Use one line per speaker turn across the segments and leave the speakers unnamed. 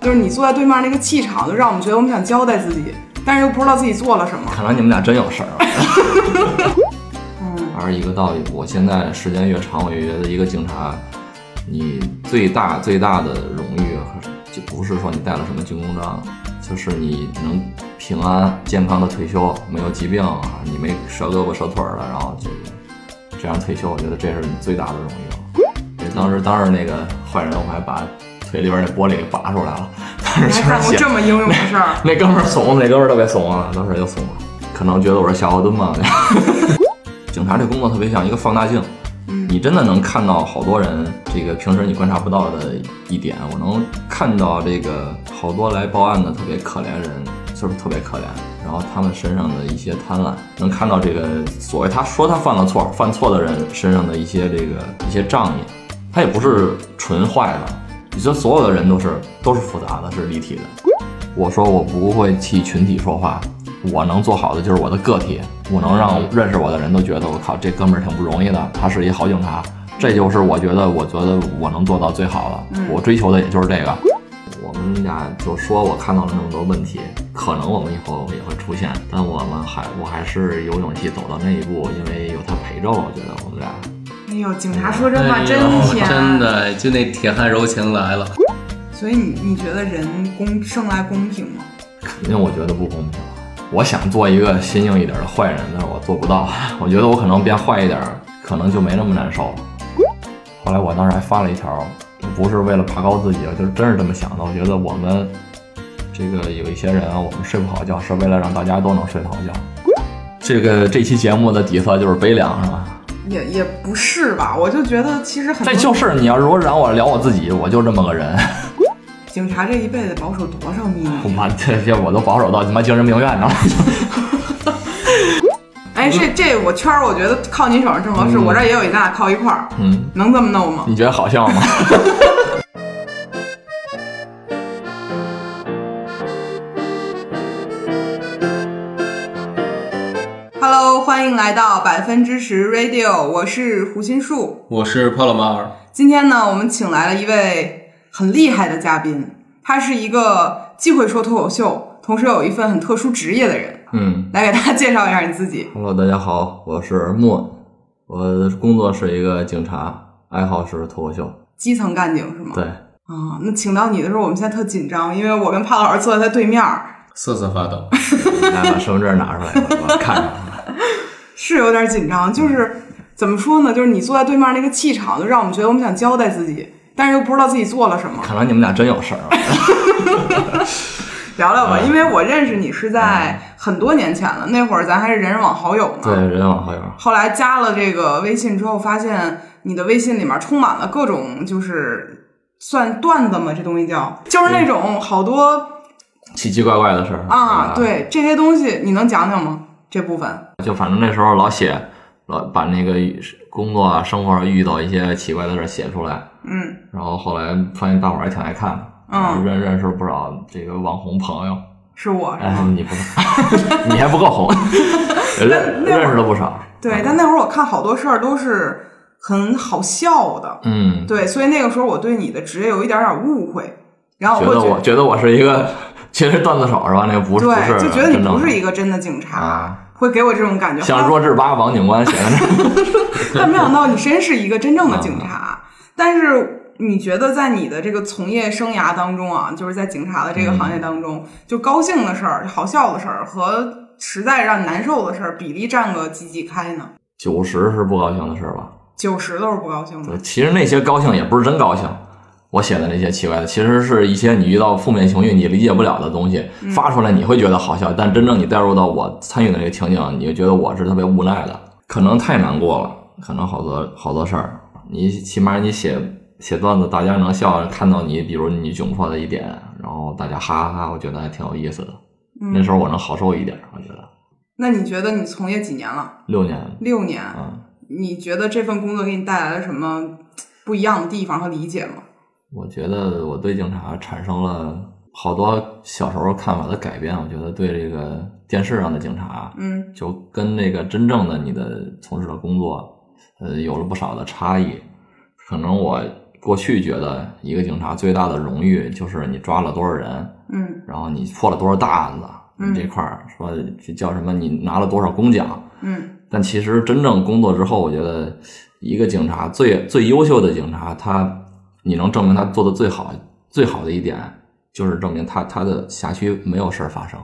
就是你坐在对面那个气场，就让我们觉得我们想交代自己，但是又不知道自己做了什 么。
看来你们俩真有事儿、啊。还是一个道理，我现在时间越长，我越觉得一个警察，你最大最大的荣誉，就不是说你带了什么军功章，就是你能平安健康的退休，没有疾病啊，你没折胳膊折腿儿了，然后就这样退休，我觉得这是你最大的荣誉了。因为当时当时那个坏人，我还把腿里边那玻璃给拔出来了， 当时
你还干
就
过
是
啊
这
写
么英勇的事儿？
那哥们儿怂，那哥们儿特别怂啊，当时就怂了，可能觉得我是夏侯惇吧。啊 警察这工作特别像一个放大镜，你真的能看到好多人这个平时你观察不到的一点。我能看到这个好多来报案的特别可怜人，就是特别可怜，然后他们身上的一些贪婪，能看到这个所谓他说他犯了错，犯错的人身上的一些这个一些仗义，他也不是纯坏的。你说所有的人都是都是复杂的，是立体的。我说我不会替群体说话，我能做好的就是我的个体，我能让认识我的人都觉得我靠这哥们儿挺不容易的，他是一好警察，这就是我觉得我觉得我能做到最好的，我追求的也就是这个。我们俩就说我看到了那么多问题，可能我们以后也会出现，但我们还我还是有勇气走到那一步，因为有他陪着，我觉得我们俩
哎呦，警察说这
哎
话
呦
真甜，
真。的就那铁汉柔情来了。
所以你你觉得人公生来公平吗？
肯定我觉得不公平。我想做一个心硬一点的坏人，但是我做不到。 我觉得我可能变坏一点，可能就没那么难受了。后来我当时还发了一条，不是为了拔高自己，我啊就是真是这么想的。我觉得我们这个有一些人啊，我们睡不好觉，是为了让大家都能睡得好觉。这个这期节目的底色就是悲凉，是吧？
也也不是吧，我就觉得其实很
这
多
就是你要如果让我聊我自己，我就这么个人。
警察这一辈子保守多少啊秘
我
密？
妈这些我都保守到他妈精神病院上了。
哎，这这我圈儿，我觉得靠你手上正合
嗯
适，我这儿也有一大靠一块儿，
嗯，
能这么弄吗？
你觉得好笑吗？
Hello，欢迎来到百分之十 Radio，我是胡心树。
我是帕洛马尔，
今天呢，我们请来了一位很厉害的嘉宾，他是一个既会说脱口秀，同时有一份很特殊职业的人。
嗯。
来给大家介绍一下你自己。
Hello，大家好，我是莫，我的工作是一个警察，爱好是脱口秀。
基层干警 是吗？
对，
啊、那请到你的时候，我们现在特紧张，因为我跟帕老师坐在他对面儿，
瑟瑟发抖。
来把身份证拿出来， 我我看看。
是有点紧张。就是怎么说呢？就是你坐在对面那个气场，就让我们觉得我们想交代自己，但是又不知道自己做了什么。
看来你们俩真有 事儿啊。
聊聊吧，因为我认识你是在很多年前了，那会儿咱还是人人网好友呢。
对，人网好友。
后来加了这个微信之后，发现你的微信里面充满了各种就是算段子嘛，这东西叫，就是那种好多
奇奇怪怪的事儿
啊，
吧
对这些东西，你能讲讲吗？这部分
就反正那时候老写，老把那个工作啊、生活上遇到一些奇怪的事儿写出来。
嗯，
然后后来发现大伙儿还挺爱看的，
嗯
然后认认识不少这个网红朋友。
是我是
哎
吗？，
你不， 你还不够 红，认
那会儿
认识了不少。
对，但那会儿我看好多事儿都是很好笑的，
嗯，
对，所以那个时候我对你的职业有一点点误会，然后
觉
哦我会
得我觉得我是一个，其实段子手是吧？那个不是，不
对，
是
就觉得你
真正
不
的
是一个真的警察，
啊，
会给我这种感觉。
像弱智吧王警官写的那
但没想到你真是一个真
嗯
正的警察。但是你觉得在你的这个从业生涯当中啊，就是在警察的这个行
嗯
业当中，就高兴的事儿、好笑的事儿和实在让你难受的事儿，比例占个几几开呢？
九十是不高兴的事儿吧？
九十都是不高兴的
对，呃其实那些高兴也不是真高兴。我写的那些奇怪的，其实是一些你遇到负面情绪你理解不了的东西，发出来你会觉得好笑，但真正你带入到我参与的那个情景，你就觉得我是特别无奈的，可能太难过了，可能好多好多事儿，你起码你写写段子，大家能笑，看到你，比如你窘迫的一点，然后大家哈哈哈，我觉得还挺有意思的。那时候我能好受一点，我觉得
嗯那你觉得你从业几年了？
六年，
六年。
嗯，
你觉得这份工作给你带来了什么不一样的地方和理解吗？
我觉得我对警察产生了好多小时候看法的改变。我觉得对这个电视上的警察，
嗯
就跟那个真正的你的从事的工作，呃，有了不少的差异。可能我过去觉得一个警察最大的荣誉就是你抓了多少人，
嗯
然后你破了多少大案子，
嗯
你这块儿说这叫什么？你拿了多少公奖？
嗯
但其实真正工作之后，我觉得一个警察最最优秀的警察，他你能证明他做的最好最好的一点，就是证明他他的辖区没有事儿发生，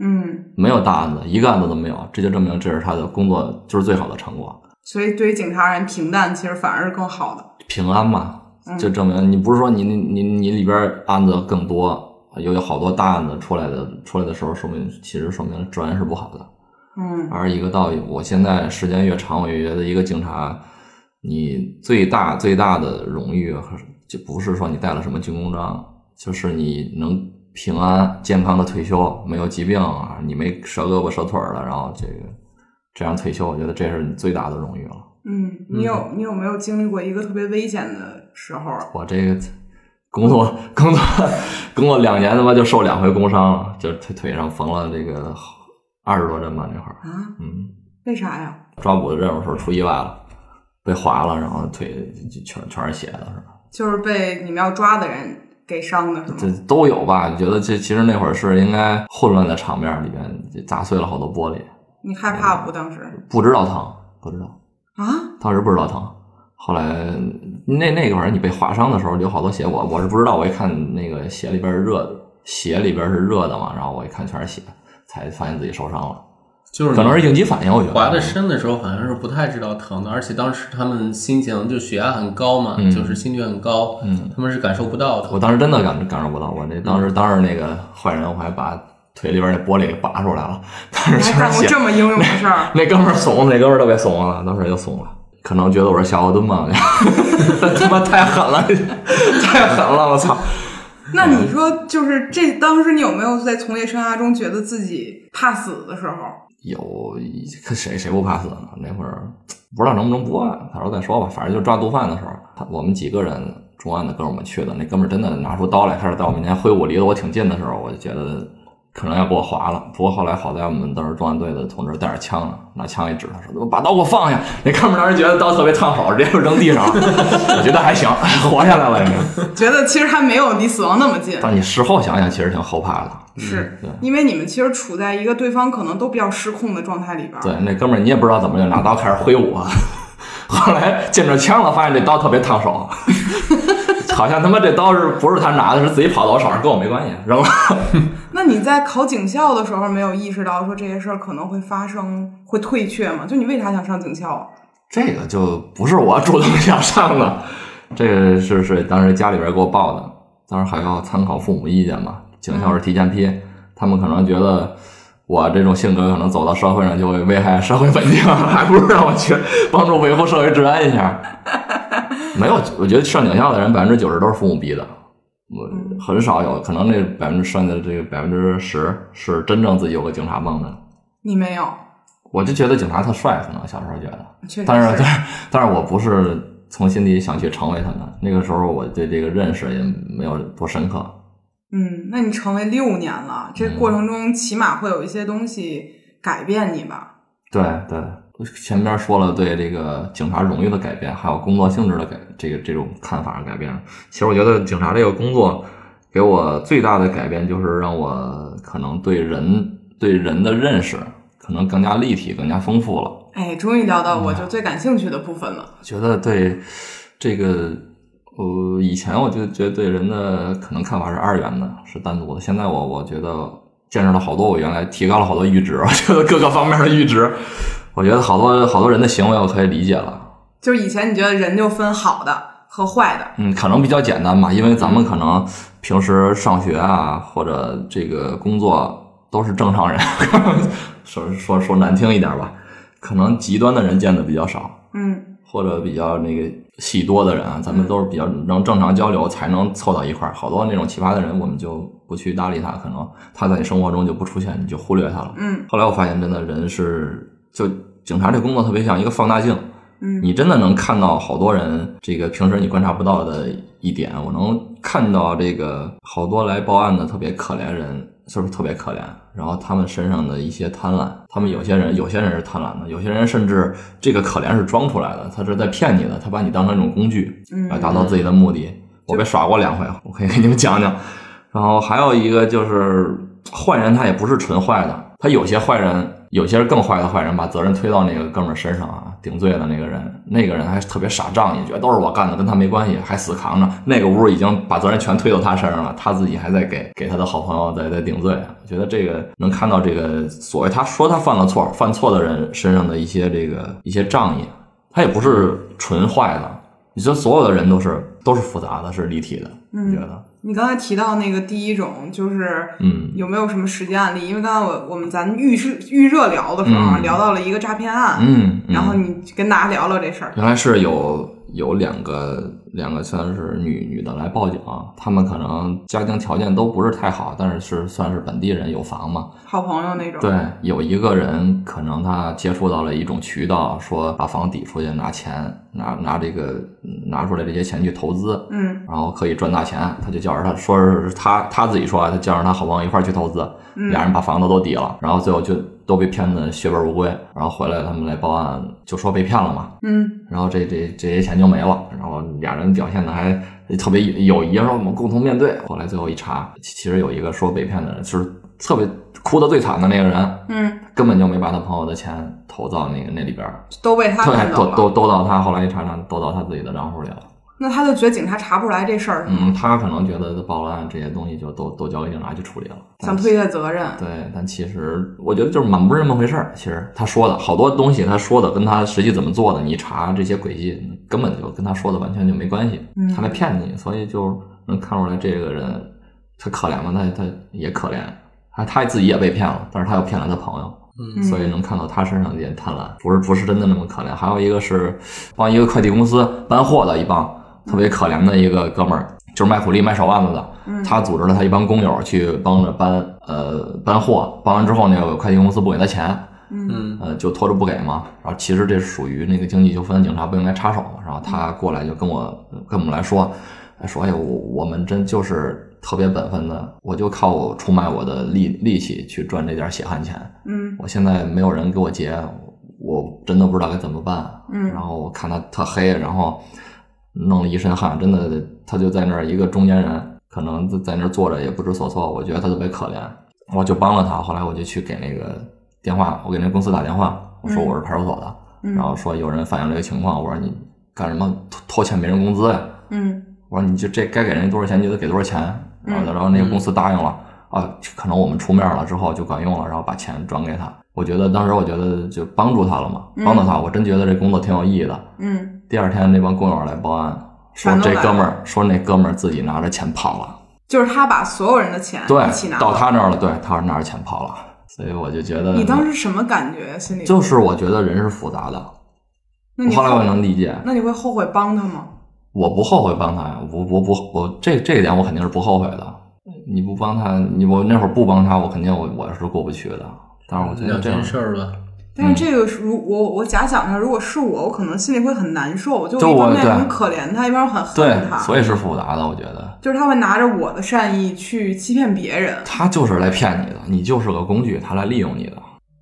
嗯，
没有大案子，一个案子都没有，这就证明这是他的工作就是最好的成果，
所以对于警察而言，平淡其实反而是更好的。
平安嘛
嗯，
就证明你不是说你你你你里边案子更多。有有好多大案子出来的，出来的时候说明其实说明治安是不好的。
嗯
而一个道理，我现在时间越长，我越觉得一个警察，你最大最大的荣誉和就不是说你带了什么军功章，就是你能平安健康的退休，没有疾病啊，你没折胳膊折腿儿了，然后这个这样退休，我觉得这是你最大的荣誉了。
嗯，你有你有没有经历过一个特别危险的时候啊？
我这个工作工作工作两年他妈就受两回工伤了，就腿腿上缝了这个二十多针吧那会儿，
啊？
嗯。
为啥呀？
抓捕的任务时候出意外了，被划了，然后腿就全全是血的，是吧？
就是被你们要抓的人给伤的是吗？
这都有吧？觉得这其实那会儿是应该混乱的场面里边砸碎了好多玻璃，
你害怕不？当时
不知道疼，不知道，
啊？
当时不知道疼。后来那那会儿你被划伤的时候有好多血，我我是不知道，我一看那个血里边是热的，血里边是热的嘛，然后我一看全是血，才发现自己受伤了，
就是
可能是应激反应，我觉得
划的深的时候好像是不太知道疼的，而且当时他们心情就血压很高嘛，
嗯
就是心率很高，
嗯，
他们是感受不到的。
我当时真的感
嗯
感受不到，我那当时当时那个坏人，我还把腿里边那玻璃给拔出来了，当时
你还
全
干过
是血。
这么英勇的事儿？
那哥们儿怂，那哥们儿特别怂了，当时就怂了，可能觉得我是夏侯惇吧， 他妈太狠了， 太狠了，我操！
那你说，就是这当时你有没有在从业生涯中觉得自己怕死的时候？
有可谁谁不怕死呢？那会儿不知道能不能播啊，到时候再说吧。反正就抓毒贩的时候，他我们几个人重案的哥们儿去的，那哥们儿真的拿出刀来，开始在我面前挥舞，离得我挺近的时候，我就觉得可能要给我划了。不过后来好在我们当时重案队的同志带着枪呢，拿枪一指他说：“把刀给我放下！”那哥们儿当时觉得刀特别烫手，直接就扔地上了。 我觉得还行， 活下来了。应该
觉得其实还没有离死亡那么近，
但你事后想想，其实挺后怕的。
是
对
因为你们其实处在一个对方可能都比较失控的状态里边儿。
对，那哥们儿你也不知道怎么就拿刀开始挥舞，啊 后来见着枪了，发现这刀特别烫手， 好像他妈这刀是不是他拿的，是自己跑到我手上，跟我没关系，扔了。
那你在考警校的时候没有意识到说这些事儿可能会发生，会退却吗？就你为啥想上警校啊？
这个就不是我主动 想上的，这个是是当时家里边给我报的，当然还要参考父母意见嘛。警校是提前批，他们可能觉得我这种性格可能走到社会上就会危害社会稳定， 还不如让我去 帮助维护社会治安一下。 没有，我觉得上警校的人百分之九十都是父母逼的，我很少有可能那百分之剩下的这个百分之十是真正自己有个警察梦的。
你没有，
我就觉得警察特帅，可能小时候觉得。
确实
但是，
是
但是，但是我不是从心底想去成为他们。那个时候，我对这个认识也没有多深刻。
嗯，那你成为六年了，这过程中起码会有一些东西改变你吧？
对对，前边说了对这个警察荣誉的改变，还有工作性质的改，这个这种看法的改变。其实我觉得警察这个工作给我最大的改变，就是让我可能对人对人的认识可能更加立体、更加丰富了。
哎，终于聊
嗯
到我就最感兴趣的部分了。
觉得对这个，呃，以前我就觉得对人的可能看法是二元的，是单独的。现在我我觉得见识了好多，我原来提高了好多阈值，我 觉得各个方面的阈值，我觉得好多 好多人的行为我可以理解了。
就是以前你觉得人就分好的和坏的，
嗯，可能比较简单吧，因为咱们可能平时上学啊，或者这个工作都是正常人， 说说说难听一点吧，可能极端的人见的比较少。
嗯
或者比较那个戏多的人啊，咱们都是比较能正常交流才能凑到一块儿。好多那种奇葩的人，我们就不去搭理他，可能他在你生活中就不出现，你就忽略他了。
嗯
后来我发现，真的人是就警察这工作特别像一个放大镜，
嗯
你真的能看到好多人这个平时你观察不到的一点。我能看到这个好多来报案的特别可怜人，就是特别可怜，然后他们身上的一些贪婪，他们有些人有些人是贪婪的，有些人甚至这个可怜是装出来的，他是在骗你的，他把你当成一种工具
嗯
来达到自己的目的。我被耍过两回，我可以给你们讲讲。然后还有一个就是坏人，他也不是纯坏的，他有些坏人，有些更坏的坏人，把责任推到那个哥们儿身上啊，顶罪的那个人，那个人还特别傻仗义，觉得都是我干的，跟他没关系，还死扛着。那个屋已经把责任全推到他身上了，他自己还在给给他的好朋友在在顶罪。啊我觉得这个能看到这个所谓他说他犯了错，犯错的人身上的一些这个一些仗义，他也不是纯坏的。你说所有的人都是都是复杂的，是立体的，你觉得？
你刚才提到那个第一种，就是
嗯
有没有什么实际案例？因为刚才我我们咱预示预热聊的时候啊，
嗯
聊到了一个诈骗案，
嗯，嗯
然后你跟大家聊聊这事儿。
原来是有有两个两个算是女女的来报警，她们可能家庭条件都不是太好，但是是算是本地人有房嘛。
好朋友那种，
对，有一个人可能他接触到了一种渠道，说把房抵出去拿钱，拿拿这个拿出来这些钱去投资，
嗯
然后可以赚大钱，他就叫着他说是他他自己说啊，他叫着他好朋友一块儿去投资，
嗯
俩人把房子都抵了，然后最后就都被骗的血本无归，然后回来他们来报案就说被骗了嘛，
嗯
然后这这这些钱就没了，然后俩人表现的还特别友谊，说我们共同面对。后来最后一查，其其实有一个说被骗的人，就是特别哭得最惨的那个人，
嗯，
根本就没把他朋友的钱投到那个那里边儿，
都被他
后来
看到
都
了。
都都到他后来一查查都到他自己的账户里了。
那他就觉得警察查不出来这事儿，是吗
嗯，他可能觉得报了案这些东西就都都交给警察去处理了，
想推卸责任。
对，但其实我觉得就是蛮不是那么回事儿。其实他说的好多东西，他说的跟他实际怎么做的，你一查这些轨迹，根本就跟他说的完全就没关系。
嗯
他来骗你，所以就能看出来这个人他可怜吗？他他也可怜，他他自己也被骗了，但是他又骗了他朋友。
嗯
所以能看到他身上的一点贪婪，不是不是真的那么可怜。还有一个是帮一个快递公司搬货的一帮特别可怜的一个哥们儿，就是卖苦力卖手腕子的，
嗯
他组织了他一帮工友去帮着搬呃搬货，搬完之后那个快递公司不给他钱，
嗯
呃，就拖着不给嘛。然后其实这属于那个经济纠纷，警察不应该插手。然后他过来就跟我跟我们来说，说哎，我我们真就是特别本分的，我就靠我出卖我的力力气去赚这点血汗钱。
嗯
我现在没有人给我结，我真的不知道该怎么办。
嗯
然后我看他特黑，然后弄了一身汗，真的，他就在那儿一个中间人，可能在在那儿坐着也不知所措。我觉得他特别可怜，我就帮了他。后来我就去给那个电话，我给那公司打电话，我说
嗯
我是派出所的，
嗯
然后说有人反映这个情况，我说你干什么拖拖欠别人工资呀、
嗯
我说你就这该给人多少钱你就得给多少钱，
嗯
然后然后那个公司答应了、啊，可能我们出面了之后就管用了，然后把钱转给他。我觉得当时我觉得就帮助他了嘛，
嗯
帮到他，我真觉得这工作挺有意义的。
嗯，
第二天那帮工友来报案，说
全都
这
来
哥们儿说那哥们儿自己拿着钱跑了，
就是他把所有人的钱
对
一起，拿
到
走。
他那儿了，对，他是拿着钱跑了，所以我就觉得
你当时什么感觉？心里
就是我觉得人是复杂的，
那你
后来我
会
能理解，
那你会后悔帮他吗？
我不后悔帮他呀，我我不我这这一点我肯定是不后悔的。你不帮他，你我那会儿不帮他，我肯定我我是过不去的。但是我觉得
两
这样
件事儿吧，
嗯
但是这个是，如我我假想一下，如果是我，我可能心里会很难受，就
就
一
我
方面
对
很可怜他，一方面很恨
对，
他，
所以是复杂的。我觉得
就是他会拿着我的善意去欺骗别人。
他就是来骗你的，你就是个工具，他来利用你的，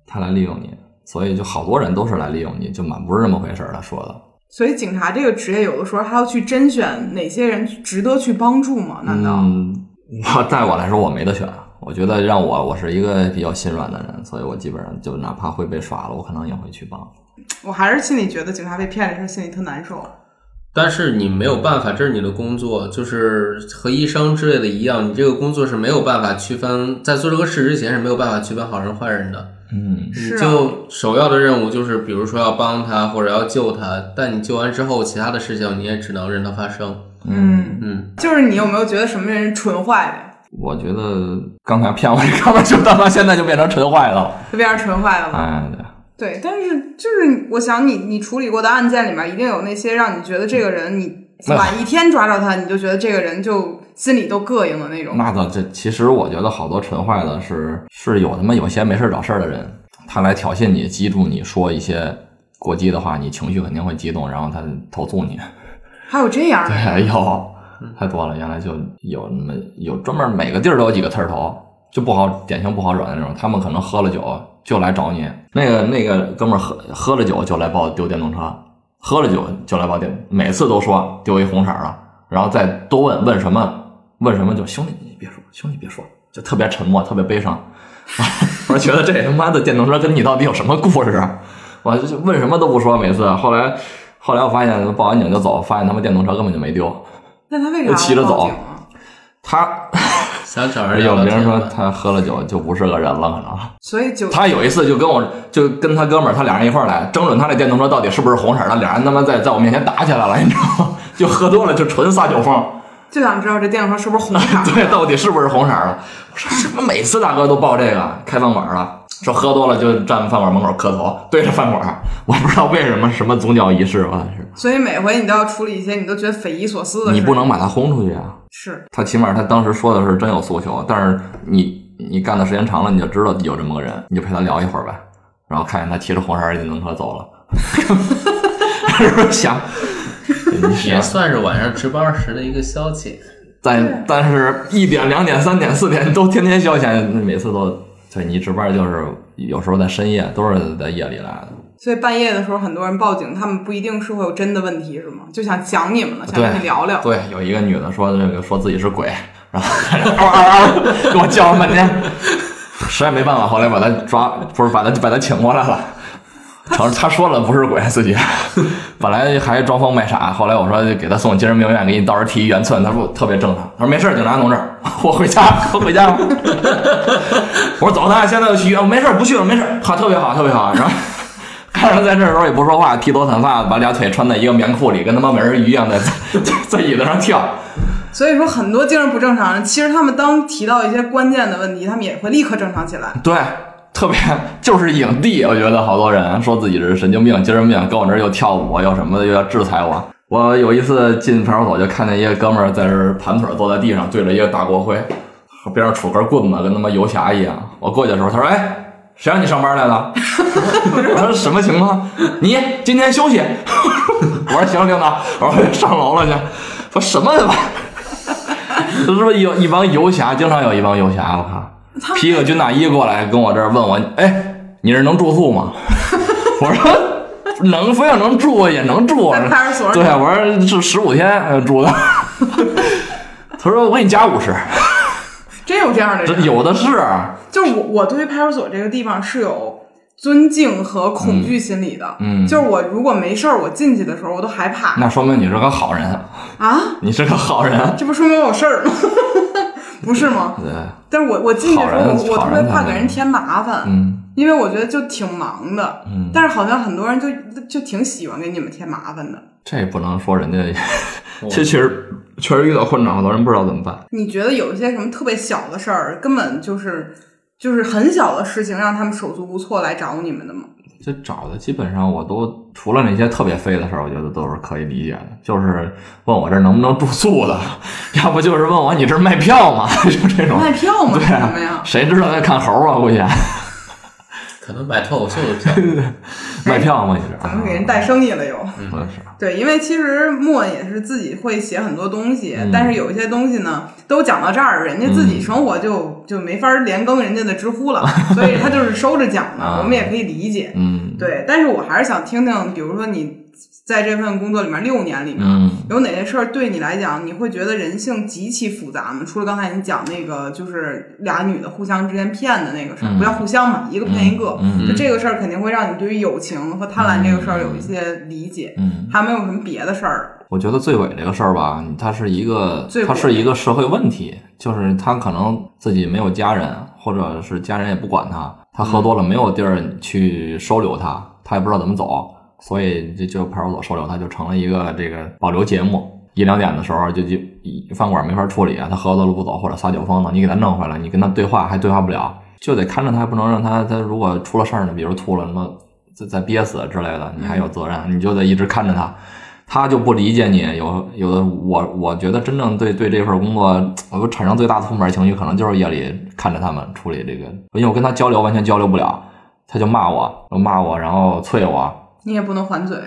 他来利用你，所以就好多人都是来利用你，就蛮不是这么回事儿。他说的，
所以警察这个职业，有的时候还要去甄选哪些人值得去帮助吗？难道？
嗯，我在我来说我没得选。我觉得让我我是一个比较心软的人，所以我基本上就哪怕会被耍了，我可能也会去帮。
我还是心里觉得警察被骗这事儿心里特难受。
但是你没有办法，这是你的工作，就是和医生之类的一样，你这个工作是没有办法区分，在做这个事之前是没有办法区分好人坏人的。
嗯
是
你
啊
就首要的任务就是，比如说要帮他或者要救他，但你救完之后，其他的事情你也只能任它发生。
嗯，
嗯，
就是你有没有觉得什么人纯坏
我觉得刚才骗我这哥们儿，就当他现在就变成纯坏的了
的，。就变成纯坏了吗？
哎，对，
对，但是就是我想你，你处理过的案件里面，一定有那些让你觉得这个人，你
那
晚一天抓着他，你就觉得这个人就心里都膈应的那种。
那倒这其实我觉得好多纯坏的是是有他妈有些没事儿找事儿的人，他来挑衅你、激怒你，说一些过激的话，你情绪肯定会激动，然后他投诉你。
还有这样的，
对，有太多了，原来就有那么有专门每个地儿都有几个刺儿头。就不好典型不好惹的那种，他们可能喝了酒就来找你，那个那个哥们儿喝喝了酒就来报丢电动车，喝了酒就来报电，每次都说丢一红色儿的，然后再多问问什么问什么就兄弟你别说，兄弟别说，就特别沉默，特别悲伤。 我觉得这他妈的电动车跟你到底有什么故事？啊我就问什么都不说，每次后来后来我发现报完警就走，发现他们电动车根本就没丢。
那他为啥
就骑着
要报
走
警啊？
他
想找人聊
有
聊
别人
天
说
吧
他喝了酒就不是个人了，可能。
所以酒
他有一次就跟我就跟他哥们儿，他俩人一块儿来争论他那电动车到底是不是红色儿的，俩人他妈在在我面前打起来了，你知道吗？ 就喝多了就纯撒酒疯，
就想知道这电动车是不是红色
对，到底是不是红色儿的？我说什么每次大哥都报这个，开饭馆儿了，说喝多了就站饭馆门口磕头，对着饭馆儿，我不知道为什么什么宗教仪式吧，是
所以每回你都要处理一些你都觉得匪夷所思的事。
你不能把他轰出去啊。
是
他起码他当时说的是真有诉求，但是你你干的时间长了，你就知道有这么个人，你就陪他聊一会儿呗，然后看见他骑着红色儿电动车走了， 是不是想？你
也
想，
算是晚上值班时的一个消遣。
但但是一点、两点、三点、四点都天天消遣，每次都对你值班就是有时候在深夜，都是在夜里来的。
所以半夜的时候，很多人报警，他们不一定是会有真的问题，是吗？就想讲你们了，想
对
跟你聊聊。
对，有一个女的说那个说自己是鬼，然后 嗷嗷嗷啊给我叫了半天，实在没办法，后来把她抓，不是把她把她请过来了。成，她说了不是鬼自己， 本来还装疯卖傻，后来我说给她送精神病院，给你到时候剃一圆寸，她说我特别正常，她说没事儿，警察同志，我回家，我回 家吧。我说走，咱俩现在就去医院，我没事儿，不去了，没事儿，好，特别好，特别好，然后。 看着在这儿的时候也不说话，剃头散发，把俩腿穿在一个棉裤里，跟他妈美人鱼一样在 在在椅子上跳。
所以说，很多精神不正常人，其实他们当提到一些关键的问题，他们也会立刻正常起来。
对，特别就是影帝，我觉得好多人说自己是神经病、精神病，跟我这儿又跳舞又什么的，又要制裁我。我有一次进派出所就看见一个哥们儿在这儿盘腿坐在地上，对着一个大国徽，边上杵根棍子，跟他妈游侠一样。我过去的时候，他说：“哎。”谁让你上班来的？ 我说什么情况？你今天休息。 我说行，领导，我说上楼了去。说什么吧？ 这是不是有一帮游侠？经常有一帮游侠，我靠，披个军大衣过来跟我这儿问我，哎，你是能住宿吗？ 我说能，非要能住也能住。啊
在派出所
对，我说是十五天呃住的。 他说我给你加五十，
真有这样的
这
人，
有的是。
就是我，我对于派出所这个地方是有尊敬和恐惧心理的。
嗯嗯
就是我如果没事儿，我进去的时候我都害怕
那说明你是个好人，
啊，
你是个好人。
这不说明我有事儿吗？ 不是吗？
对，
但是我我进去的时候，
好
我
人
我
好
特
人
别怕
才
给
能
人添麻烦，
嗯
因为我觉得就挺忙的。
嗯，
但是好像很多人就就挺喜欢给你们添麻烦的。
这不能说人家，
我
这确实确实遇到困难，好多人不知道怎么办。
你觉得有一些什么特别小的事儿，根本就是就是很小的事情，让他们手足无措来找你们的吗？
这找的基本上我都除了那些特别飞的事儿，我觉得都是可以理解的。就是问我这儿能不能住宿的， 要不就是问我你这儿卖票吗？ 就这种，
卖票吗？
哦对
是什
啊
么呀？
谁知道在看猴啊？估计
可能买脱口秀的票，
卖票吗？你这
咱们给人带生意了又。
不是
对，因为其实莫言也是自己会写很多东西，
嗯
但是有一些东西呢，都讲到这儿，人家自己生活就、就没法连更人家的知 乎了，所以他就是收着讲的，
啊
我们也可以理解。
嗯
对，但是我还是想听听，比如说你在这份工作里面六年里面，
嗯，
有哪些事儿对你来讲，你会觉得人性极其复杂吗？除了刚才你讲那个，就是俩女的互相之间骗的那个事儿，
嗯
不要互相嘛，一个骗一个，
嗯
就这个事儿肯定会让你对于友情和贪婪这个事儿有一些理解。
嗯，
还没有什么别的事儿，
我觉得醉鬼这个事儿吧，它是一个
醉鬼
它是一个社会问题，就是他可能自己没有家人，或者是家人也不管他，他喝多了没有地儿去收留他，他也不知道怎么走，所以就就派出所收留他就成了一个这个保留节目。一两点的时候就就一饭馆没法处理啊，他喝多了不走或者撒酒疯了，你给他弄回来，你跟他对话还对话不了，就得看着他，不能让他他如果出了事儿呢，比如吐了什么再再憋死之类的，你还有责任，你就得一直看着他。他就不理解你。有有的，我我觉得真正对对这份工作，我产生最大的负面情绪，可能就是夜里看着他们处理这个，因为我跟他交流完全交流不了，他就骂我，骂我，然后啐我，
你也不能还嘴。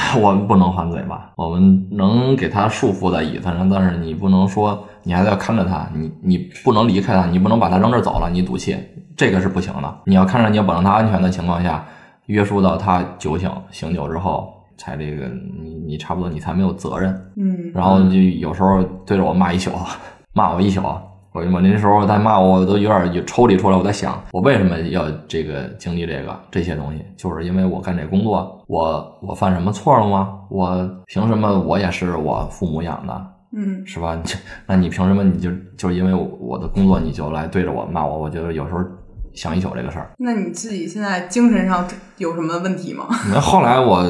我们不能还嘴巴，我们能给他束缚在椅子上，但是你不能说你还要看着他，你你不能离开他，你不能把他扔这儿走了，你赌气，这个是不行的。你要看着你要保证他安全的情况下，约束到他酒醒醒酒之后才这个，你你差不多你才没有责任。
嗯，
然后就有时候对着我骂一宿，骂我一宿。我我那时候在骂我，我都有点有抽离出来。我在想，我为什么要这个经历这个这些东西？就是因为我干这工作，我我犯什么错了吗？我凭什么我也是我父母养的，
嗯
是吧？你 这那你凭什么你就就是因为我我的工作你就来对着我骂我？我觉得有时候想一宿这个事儿。
那你自己现在精神上有什么问题吗？
那后来我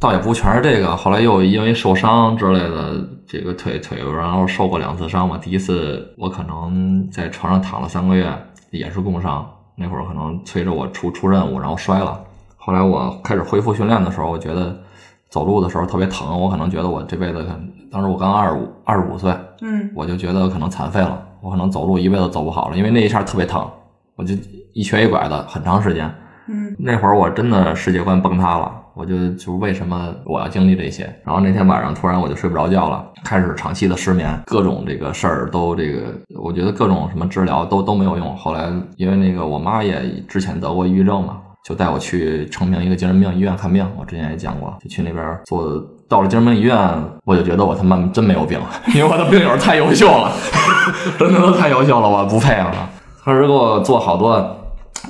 倒也不全是这个，后来又因为受伤之类的，这个腿腿，然后受过两次伤嘛。第一次我可能在床上躺了三个月，也是工伤，那会儿可能催着我出出任务，然后摔了。后来我开始恢复训练的时候，我觉得走路的时候特别疼，我可能觉得我这辈子可能，当时我刚二十五二十五岁，
嗯
我就觉得可能残废了，我可能走路一辈子走不好了，因为那一下特别疼，我就一瘸一拐的很长时间。
嗯
那会儿我真的世界观崩塌了，我就就为什么我要经历这些？然后那天晚上突然我就睡不着觉了，开始长期的失眠，各种这个事儿都这个，我觉得各种什么治疗都都没有用。后来因为那个我妈也之前得过抑郁症嘛，就带我去成平一个精神病医院看病，我之前也讲过，就去那边做。到了精神病医院，我就觉得我他妈真没有病， 因为我的病友太优秀了， 真的都太优秀了，我不配了。他是给我做好多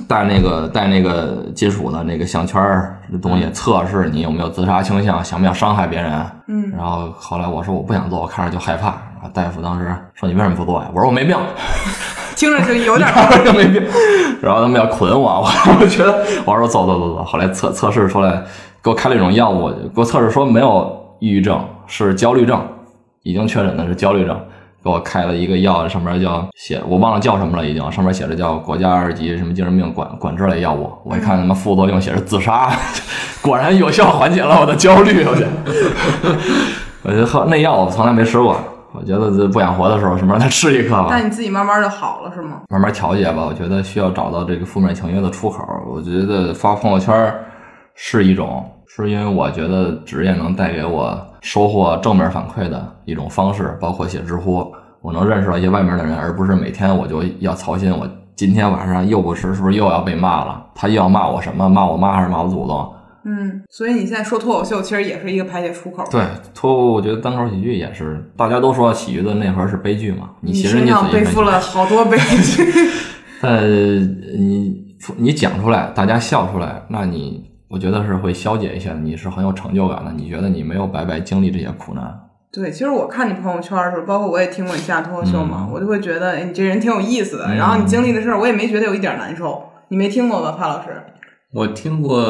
带那个带那个金属的那个项圈儿的东西，测试你有没有自杀倾向，想不想伤害别人。
嗯
然后后来我说我不想做，我看着就害怕。然后大夫当时说你为什么不做呀？我说我没病，
听着就有 点
就没病。然后他们要捆我，我我觉得我说走走走走。后来测测试出来，给我开了一种药物，给我测试说没有抑郁症，是焦虑症，已经确诊的是焦虑症。给我开了一个药，上面叫写我忘了叫什么了，已经上面写着叫国家二级什么精神病管管制类药物。我一看他妈副作用写着自杀， 果然有效缓解了我的焦虑。我觉得， 我觉得喝那药我从来没吃过，我觉得这不想活的时候什么时候再吃一颗吧。
那你自己慢慢就好了是吗？
慢慢调节吧。我觉得需要找到这个负面情绪的出口。我觉得发朋友圈儿是一种，是因为我觉得职业能带给我收获正面反馈的一种方式，包括写知乎，我能认识到一些外面的人，而不是每天我就要操心我今天晚上又不吃，是不是又要被骂了？他又要骂我什么？骂我妈还是骂我祖宗？
嗯，所以你现在说脱口秀其实也是一个排解出口。
对，脱口我觉得单口喜剧也是，大家都说喜剧的内核是悲剧嘛，你
你
其实
身
你仔
上
细分
背
析
负了好多悲 剧。
但呃你你讲出来，大家笑出来，那你我觉得是会消解一下，你是很有成就感的。你觉得你没有白白经历这些苦难？
对，其实我看你朋友圈的时候，包括我也听过你下脱口秀
嗯
嘛，我就会觉得，哎，你这人挺有意思的。然后你经历的事儿，我也没觉得有一点难受。你没听过吧，潘老师？
我听过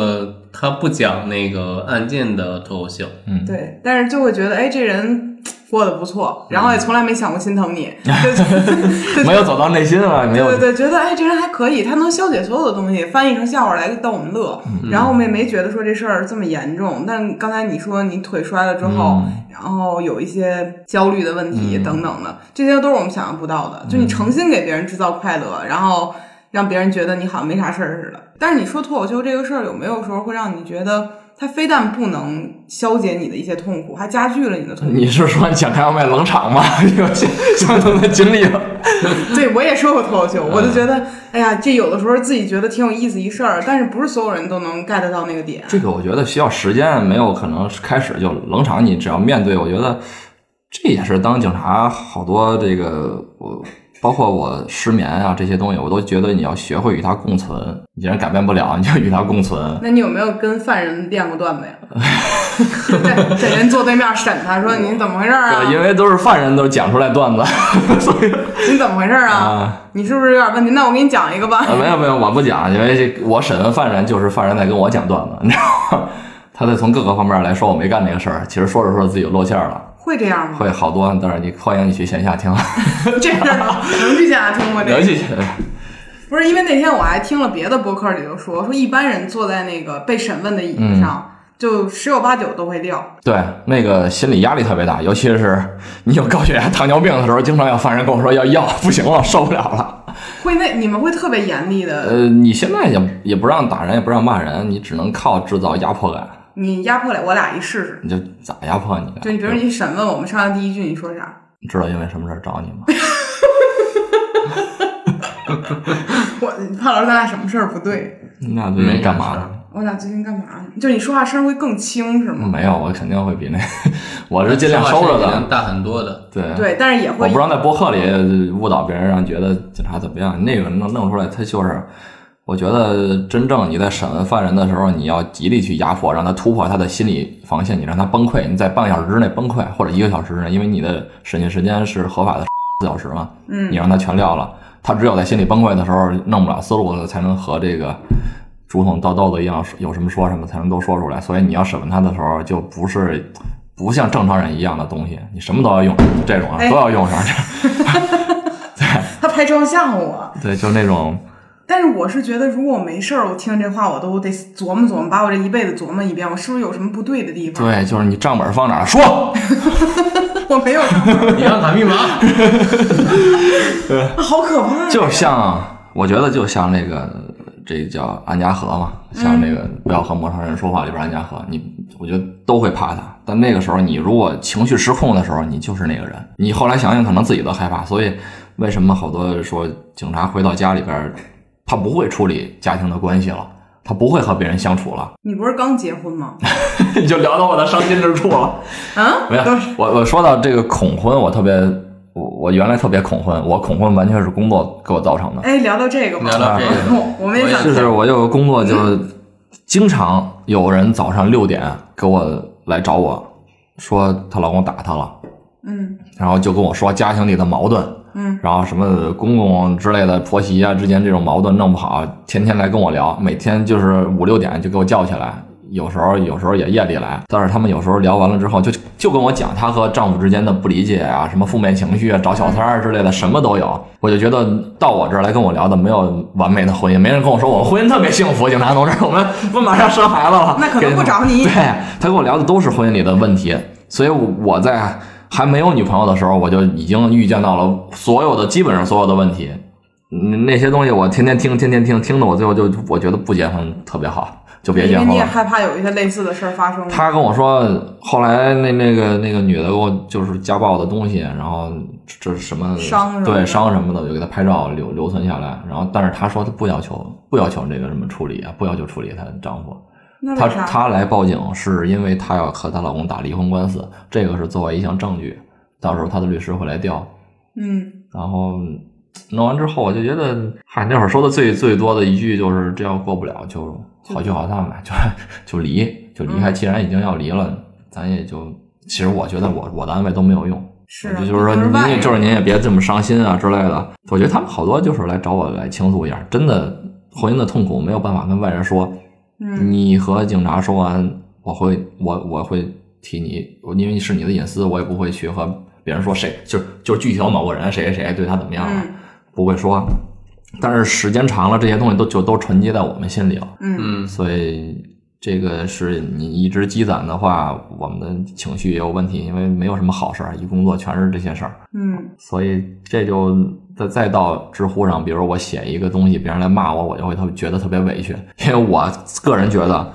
他不讲那个案件的脱口秀，
嗯，
对，但是就会觉得，哎，这人过得不错，然后也从来没想过心疼 你，就就
没有走到内心啊，没有
对对，觉得哎，这人还可以，他能消解所有的东西，翻译成笑话来逗我们乐。然后我们也没觉得说这事儿这么严重。但刚才你说你腿摔了之后，然后有一些焦虑的问题等等的，这些都是我们想象不到的。就你诚心给别人制造快乐，然后让别人觉得你好像没啥事儿似的。但是你说脱口秀这个事儿，有没有时候会让你觉得它非但不能消解你的一些痛苦，还加剧了你的痛苦？
你是说你想开外卖冷场吗？ 有相相同的经历吗？
对，我也说过脱口秀，
嗯
我就觉得，哎呀，这有的时候自己觉得挺有意思一事儿，但是不是所有人都能 get 到那个点。
这个我觉得需要时间，没有可能开始就冷场。你只要面对，我觉得这也是当警察好多这个我。包括我失眠啊这些东西，我都觉得你要学会与它共存。你既然改变不了，你就与它共存。
那你有没有跟犯人练过段子呀？ 在在人坐对面审他说你怎么回事儿
对，
啊？
因为都是犯人，都是讲出来段子， 所以
你怎么回事儿啊？
啊，
你是不是有点问题？那我给你讲一个吧。
啊没有没有，我不讲，因为这我审问犯人就是犯人在跟我讲段子，你知道吗？他在从各个方面来说我没干这个事儿，其实说着说着自己就露馅儿了，
会这样吗？
会好多。但是你欢迎你去线下 听，
这事儿啊 能去家听过这
聊
个？
去
不是，因为那天我还听了别的博客里头说，说一般人坐在那个被审问的椅
嗯
子上，就十有八九都会掉。
对那个心理压力特别大，尤其是你有高血压、糖尿病的时候，经常有犯人跟我说要药，不行了，受不了了。呃
会那你们会特别严厉的
呃，你现在也也不让打人，也不让骂人，你只能靠制造压迫感。
你压迫了我俩一试试。
你这咋压迫你啊？
就你比如你审问我们上来第一句你说啥？
你知道因为什么事儿找你吗？
我胖老师，咱俩什么事儿不对？
那最近干嘛呢？
我俩最近干嘛呢？就你说话声儿会更轻是吗？
嗯没有，我肯定会比那， 我是尽量收着
说话声音
的。
大很多的。
对，
对，但是也
我
会
不让在播客里误导别人，让觉得警察怎么样。那个弄弄出来，他就是，我觉得真正你在审问犯人的时候，你要极力去压迫，让他突破他的心理防线，你让他崩溃，你在半个小时之内崩溃，或者一个小时之内，因为你的审讯时间是合法的四小时嘛，
嗯
你让他全撂了，他只有在心理崩溃的时候弄不了思路了，才能和这个竹筒倒豆子一样，有什么说什么，才能都说出来。所以你要审问他的时候，就不是不像正常人一样的东西，你什么都要用，这种啊
哎
都要用上，
他拍照吓唬我。
对，就那种
但是我是觉得，如果我没事儿，我听这话我都得琢磨琢磨，把我这一辈子琢磨一遍，我是不是有什么不对的地方？
对，就是你账本放哪儿说，
我没有 什么，
银行卡密码，
啊好可怕呀！
就像我觉得就像那个这叫安家和嘛，像那个不要和陌生人说话里边安家和，你我觉得都会怕他。但那个时候你如果情绪失控的时候，你就是那个人。你后来想想，可能自己都害怕。所以为什么好多说警察回到家里边，他不会处理家庭的关系了，他不会和别人相处了，
你不是刚结婚吗？
你就聊到我的伤心之处了。
啊，
没有
都是，
我我说到这个恐婚，我特别，我我原来特别恐婚，我恐婚完全是工作给我造成的。
哎，聊到这个吧，
聊到这个
我我们也想
我
就
也
是我有个工作，就经常有人早上六点给我来找我说她老公打她了，
嗯
然后就跟我说家庭里的矛盾，
嗯，
然后什么公公之类的婆媳啊之间这种矛盾弄不好，天天来跟我聊，每天就是五六点就给我叫起来。有时候，有时候也夜里来，但是他们有时候聊完了之后，就就跟我讲她和丈夫之间的不理解啊，什么负面情绪啊，找小三儿之类的，什么都有。我就觉得到我这儿来跟我聊的没有完美的婚姻，没人跟我说我婚姻特别幸福，警察同志，我们我们马上生孩子了，
那可
给
能
你
不
们
找你
对，他跟我聊的都是婚姻里的问题，所以我我在还没有女朋友的时候，我就已经预见到了所有的基本上所有的问题。嗯那些东西我天天听，天天听，听的我最后就我觉得不结婚特别好，就别结
因为
婚
你也
了。
害怕有一些类似的事儿发生。
他跟我说，后来那那个那个女的给我就是家暴的东西，然后这这什么
伤什么的
对伤什么的，我就给他拍照留留存下来。然后，但是他说他不要求不要求这个什么处理啊，不要求处理她丈夫。
那
她
为啥？
她来报警是因为她要和她老公打离婚官司，这个是作为一项证据，到时候她的律师会来调。
嗯，
然后嗯弄完之后，我就觉得，嗨，那会儿说的最最多的一句就是这要过不了就好聚好散呗，就就离就
嗯
离开。既然已经要离了，咱也就其实我觉得我我的安慰都没有用，
是啊，
我就就是说
你
您
外
也
人
就是您也别这么伤心啊之类的。我觉得他们好多就是来找我来倾诉一下，真的婚姻的痛苦没有办法跟外人说。
嗯
你和警察说完，我会我我会替你，我因为是你的隐私，我也不会去和别人说谁，就是就是具体到某个人谁谁谁对他怎么样了，啊
嗯
不会说。但是时间长了，这些东西都就都沉积在我们心里了，
嗯，
嗯，
所以这个是你一直积攒的话，我们的情绪也有问题，因为没有什么好事儿，一工作全是这些事儿。
嗯
所以这就再再到知乎上，比如我写一个东西，别人来骂我，我就会特别觉得特别委屈，因为我个人觉得，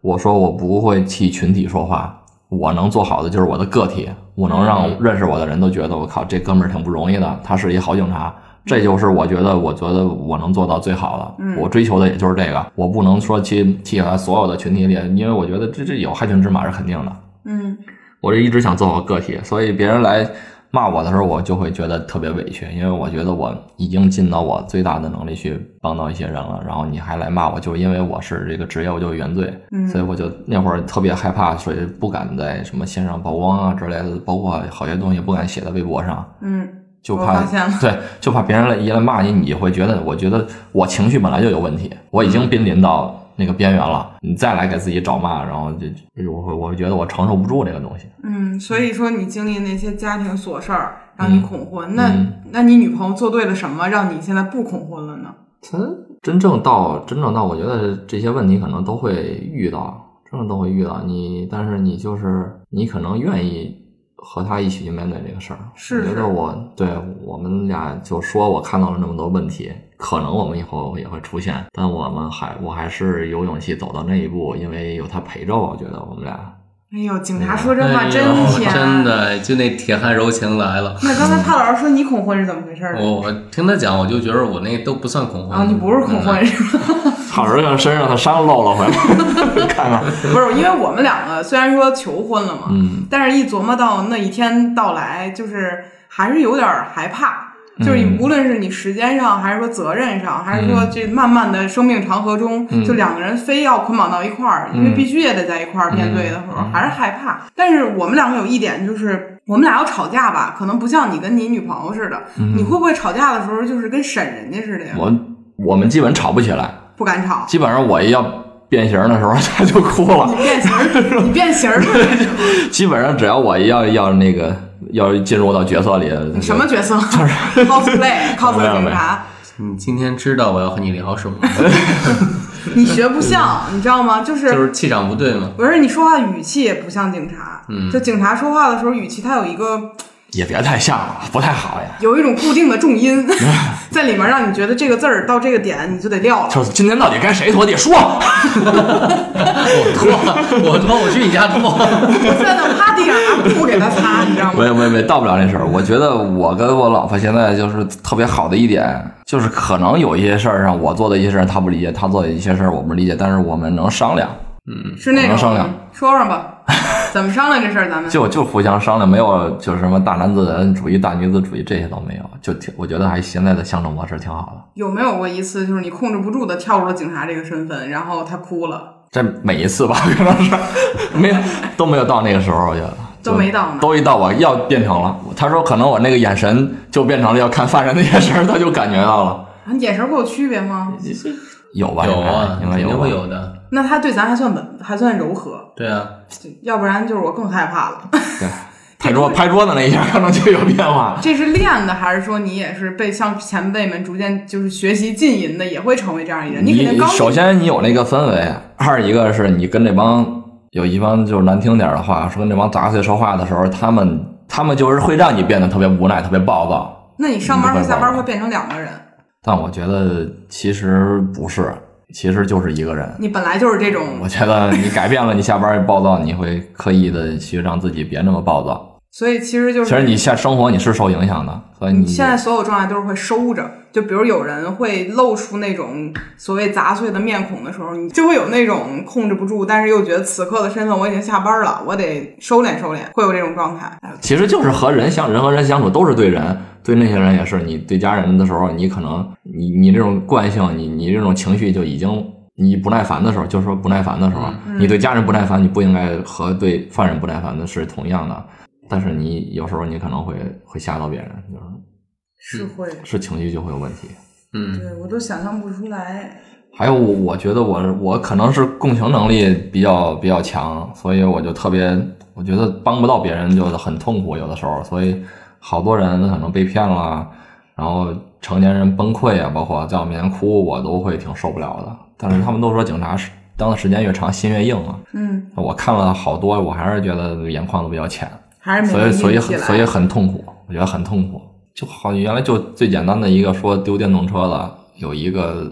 我说我不会替群体说话，我能做好的就是我的个体，我能让认识我的人都觉得我靠这哥们儿挺不容易的，他是一好警察。这就是我觉得，我觉得我能做到最好的。
嗯
我追求的也就是这个，我不能说去替他所有的群体里，因为我觉得这这有害群之马是肯定的。
嗯
我这一直想做好个体，所以别人来骂我的时候，我就会觉得特别委屈，因为我觉得我已经尽到我最大的能力去帮到一些人了，然后你还来骂我，就是因为我是这个职业，我就原罪，
嗯
所以我就那会儿特别害怕，所以不敢在什么线上曝光啊之类的，包括好些东西不敢写在微博上，
嗯，
就
我
怕
发现了
对，就怕别人来一来骂你，你会觉得，我觉得我情绪本来就有问题，我已经濒临到那个边缘了，你再来给自己找骂，然后就就我会我会觉得我承受不住这个东西。
嗯，所以说你经历那些家庭琐事儿，让你恐婚，
嗯
那那你女朋友做对了什么，让你现在不恐婚了呢？
他真正到真正到，我觉得这些问题可能都会遇到，真正都会遇到你，但是你就是你可能愿意和他一起去面对这个事儿。
是
我觉
是
得我对我们俩就说我看到了那么多问题，可能我们以后也会出现，但我们还我还是有勇气走到那一步，因为有他陪着，我觉得我 们俩
哎呦，警察说这
哎
话
呦
真甜，
真。的，就那铁汉柔情来了。
那 刚才帕老师说你恐婚是怎么回事儿呢？
我我听他讲，我就觉得我那都不算恐
啊，
婚。
你不是恐
嗯
婚是吧？
好人让身上的伤露了回来， 看看，
不是，因为我们两个虽然说求婚了嘛，
嗯，
但是一琢磨到那一天到来，就是还是有点儿害怕。就是你
嗯
无论是你时间上，还是说责任上，还是说这漫漫的生命长河中，
嗯
就两个人非要捆绑到一块儿，因为必须也得在一块儿面对的时
嗯
候，还是害怕。但是我们两个有一点就是，我们俩要吵架吧，可能不像你跟你女朋友似的，你会不会吵架的时候就是跟审人家似的呀？
嗯我我们基本吵不起来，
不敢吵，
基本上我一要变形的时候他就哭了
你，变形儿，你变形儿了，
基本上只要我要要那个要进入到角色里，
你什么角色？cosplay，cosplay 警察，
你今天知道我要和你聊什么 吗，
你学不像，你知道吗？就是
就是气场不对嘛。
不是你说话语气也不像警察，
嗯
就警察说话的时候语气，它有一个
也别太像了，不太好呀。
有一种固定的重音在里面，让你觉得这个字儿到这个点你就得撂了。
就是今天到底该谁拖 地说？
我脱，我脱，我去你家脱。
我现在都趴地上拿布给他擦，你知道吗？
没没没，到不了那事儿。我觉得我跟我老婆现在就是特别好的一点，就是可能有一些事儿上我做的一些事儿她不理解，她做的一些事儿我不理解，但是我们能商量，
是那
我
种
们商量
说说吧，怎么商量这事儿？咱们
就就互相商量，没有就是什么大男子主义、大女子主义这些倒没有，就挺我觉得还现在的相处模式挺好的。
有没有过一次就是你控制不住的跳出了警察这个身份，然后他哭了，
这每一次吧，可能是没有都没有到那个时候，我觉得
都没到呢。
都一到我要变成了。他说可能我那个眼神就变成了要看犯人的眼神， 他就感觉到了，
啊你眼神会有区别吗？
有吧？
有
应该
啊，
应
肯
该
定
吧
会。有的。
那他对咱还算稳，还算柔和，
对啊，
要不然就是我更害怕了。
对，拍桌拍桌子那一下 可能就有变化。
这是练的，还是说你也是被向前辈们逐渐就是学习浸淫的，也会成为这样一人？肯定
你
高明
首先你有那个氛围，二一个是你跟这帮有一帮就是难听点儿的话，说跟这帮杂碎说话的时候，他们他们就是会让你变得特别无奈、特别暴躁。
那你上班和下班会变成两个人，
但我觉得其实不是，其实就是一个人。
你本来就是这种
我，觉得你改变了，你下班暴躁，你会刻意的去让自己别那么暴躁。
所以其实就
其实
是
你下生活你是受影响的，所以你
现在所有状态都是会收着。就比如有人会露出那种所谓杂碎的面孔的时候，你就会有那种控制不住，但是又觉得此刻的身份我已经下班了，我得收敛收敛，会有这种状态。哎
其实就是和人相人和人相处都是对人，对那些人也是。你对家人的时候，你可能你你这种惯性，你你这种情绪就已经。你不耐烦的时候，就是说不耐烦的时候，
嗯
你对家人不耐烦，你不应该和对犯人不耐烦的是同样的。但是你有时候你可能会会吓到别人，就是
是会，
是情绪就会有问题。
嗯，
对我都想象不出来。
还有，我我觉得我我可能是共情能力比较比较强，所以我就特别，我觉得帮不到别人就很痛苦，有的时候，所以好多人可能被骗了，然后成年人崩溃啊，包括在我面前哭，我都会挺受不了的。但是他们都说警察是当的时间越长心越硬啊，
嗯，
我看了好多，我还是觉得眼眶都比较浅，
还是没
所以所以
有起
很
来。
所以很痛苦，我觉得很痛苦。就好，原来就最简单的一个说丢电动车的，有一个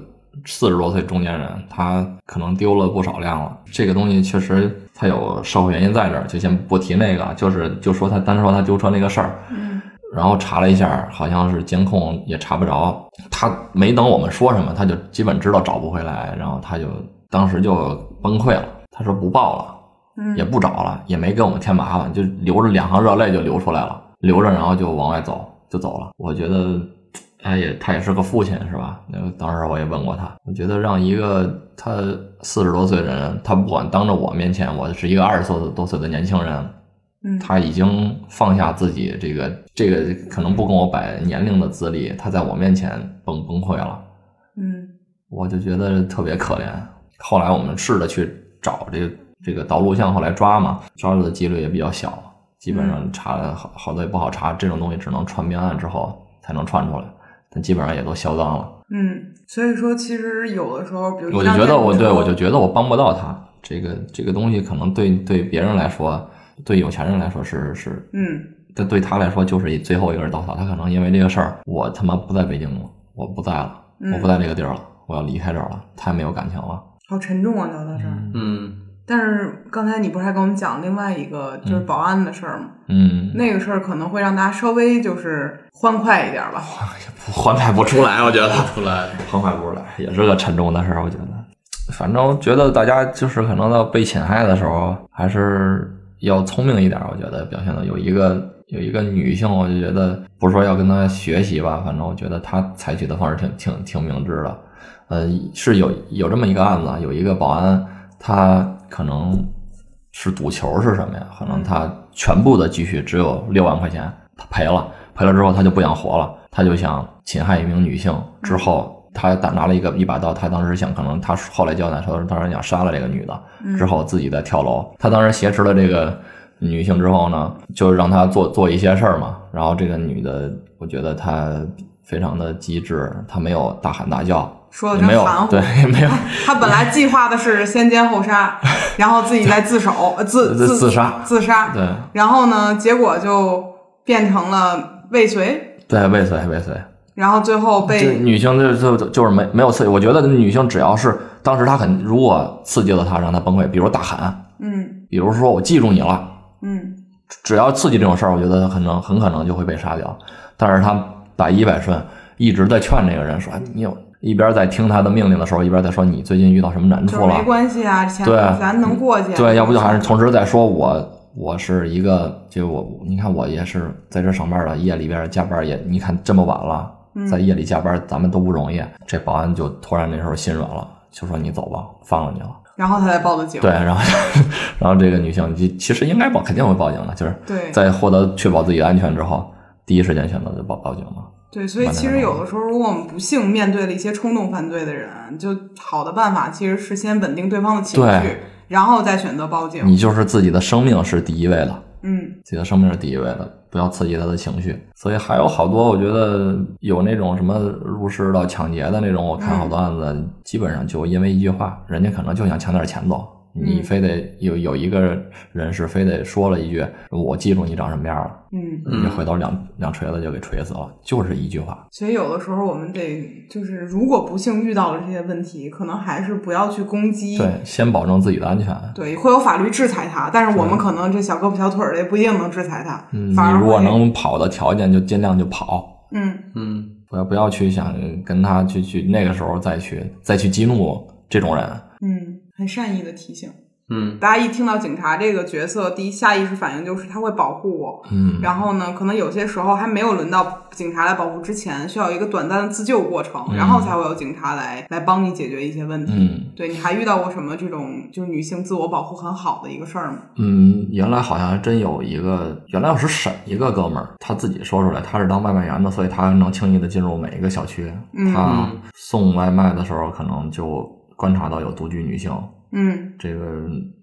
四十多岁中年人，他可能丢了不少辆了。这个东西确实它有社会原因在这儿，就先不提那个啊，就是就说他单说他丢车那个事儿。
嗯
然后查了一下，好像是监控也查不着，他没等我们说什么，他就基本知道找不回来，然后他就当时就崩溃了，他说不报了。
嗯
也不找了，也没给我们添麻烦，就流着两行热泪就流出来了，流着然后就往外走，就走了。我觉得，哎也他也是个父亲是吧？那个当时我也问过他，我觉得让一个他四十多岁的人，他不管当着我面前，我是一个二十多多岁的年轻人，
嗯，
他已经放下自己这个这个可能不跟我摆年龄的资历，他在我面前崩崩溃了。
嗯，
我就觉得特别可怜。后来我们试着去找这个这个导录像，后来抓嘛，抓住的几率也比较小，基本
嗯
上查的好好多也不好查，这种东西只能传遍案之后才能传出来，但基本上也都销赃了。
嗯，所以说其实有的时候，比如
我就
像
觉
这
得我
种
对我就觉得我帮不到他，这个这个东西可能对对别人来说对有钱人来说是是，
嗯
但对他来说就是一最后一根稻草。他可能因为这个事儿，我他妈不在北京了，我不在了，
嗯
我不在这个地儿了，我要离开这儿了，太没有感情了。
好沉重啊，聊到这儿。
嗯，
但是刚才你不是还跟我们讲另外一个就是保安的事儿吗？
嗯，
那个事儿可能会让大家稍微就是欢快一点吧。
哦缓解不出来，我觉得。
出来，
很快不是来，也是个沉重的事儿，我觉得。反正觉得大家就是可能到被侵害的时候，还是要聪明一点。我觉得表现的有一个有一个女性，我就觉得不是说要跟她学习吧，反正我觉得她采取的方式挺挺挺明智的。呃，是有有这么一个案子，啊有一个保安，他可能是赌球是什么呀？可能他全部的积蓄只有六万块钱，他赔了，赔了之后他就不想活了，他就想侵害一名女性。之后他打拿了一个一把刀，他当时想，可能他后来交代说，当时想杀了这个女的，
嗯
之后自己再跳楼。他当时挟持了这个女性之后呢，就让她做做一些事儿嘛。然后这个女的，我觉得她非常的机智，她没有大喊大叫，
说的
也没
真
有
含糊。
对，也 没有
他本来计划的是先奸后 杀，然后自己再自首，呃自
自自杀
自杀。
对
然后呢，结果就变成了未遂，
对未遂未遂。
然后最后
这
被
女性就就就就是没没有刺激，我觉得女性只要是当时她很如果刺激了她，让她崩溃，比如大喊，
嗯
比如说我记住你了，
嗯
只要刺激这种事儿，我觉得可能很可能就会被杀掉。但是他百依百顺，一直在劝这个人说：“哎你有。”一边在听他的命令的时候，一边在说：“你最近遇到什么难
就是
处了
没？”关系啊，钱
对
咱能过去。啊
对，要不就还是同时在说我我是一个，就我你看我也是在这上班了，夜里边加班也，你看这么晚了，在夜里加班咱们都不容易。这保安就突然那时候心软了，就说你走吧，放了你了。
然后他才报的警。
对，然后 然后这个女性就其实应该报，肯定会报警的，就是
对
在获得确保自己的安全之后，第一时间选择就报报警嘛。
对，所以其实有的时候，如果我们不幸面对了一些冲动犯罪的人，就好的办法其实是先稳定对方的情绪
对，
然后再选择报警。
你就是自己的生命是第一位的，
嗯
自己的生命是第一位的，不要刺激他的情绪。所以还有好多，我觉得有那种什么入室到抢劫的那种，我看好
嗯
多案子，基本上就因为一句话，人家可能就想抢点钱走，你
嗯
非得有有一个人是非得说了一句“我记住你长什么样了”，
嗯，
你就回头两两锤子就给锤死了，就是一句话。
所以有的时候我们得就是，如果不幸遇到了这些问题，可能还是不要去攻击。
对，先保证自己的安全。
嗯对，会有法律制裁他，但是我们可能这小胳膊小腿儿的也不一定能制裁他，
嗯，
反而
你如果
会，
能跑的条件，就尽量就跑。
嗯
嗯
不要不要去想跟他去去那个时候再去再去激怒这种人。
嗯，很善意的提醒。
嗯
大家一听到警察这个角色，第一下意识反应就是他会保护我，
嗯，
然后呢，可能有些时候还没有轮到警察来保护之前，需要一个短暂的自救过程，然后才会有警察来来帮你解决一些问题。
嗯
对，你还遇到过什么这种就是女性自我保护很好的一个事儿吗？
嗯，原来好像还真有一个，原来我是审一个哥们儿，他自己说出来，他是当外卖员的，所以他能轻易的进入每一个小区。
嗯
他
嗯
送外卖的时候，可能就观察到有独居女性，
嗯，
这个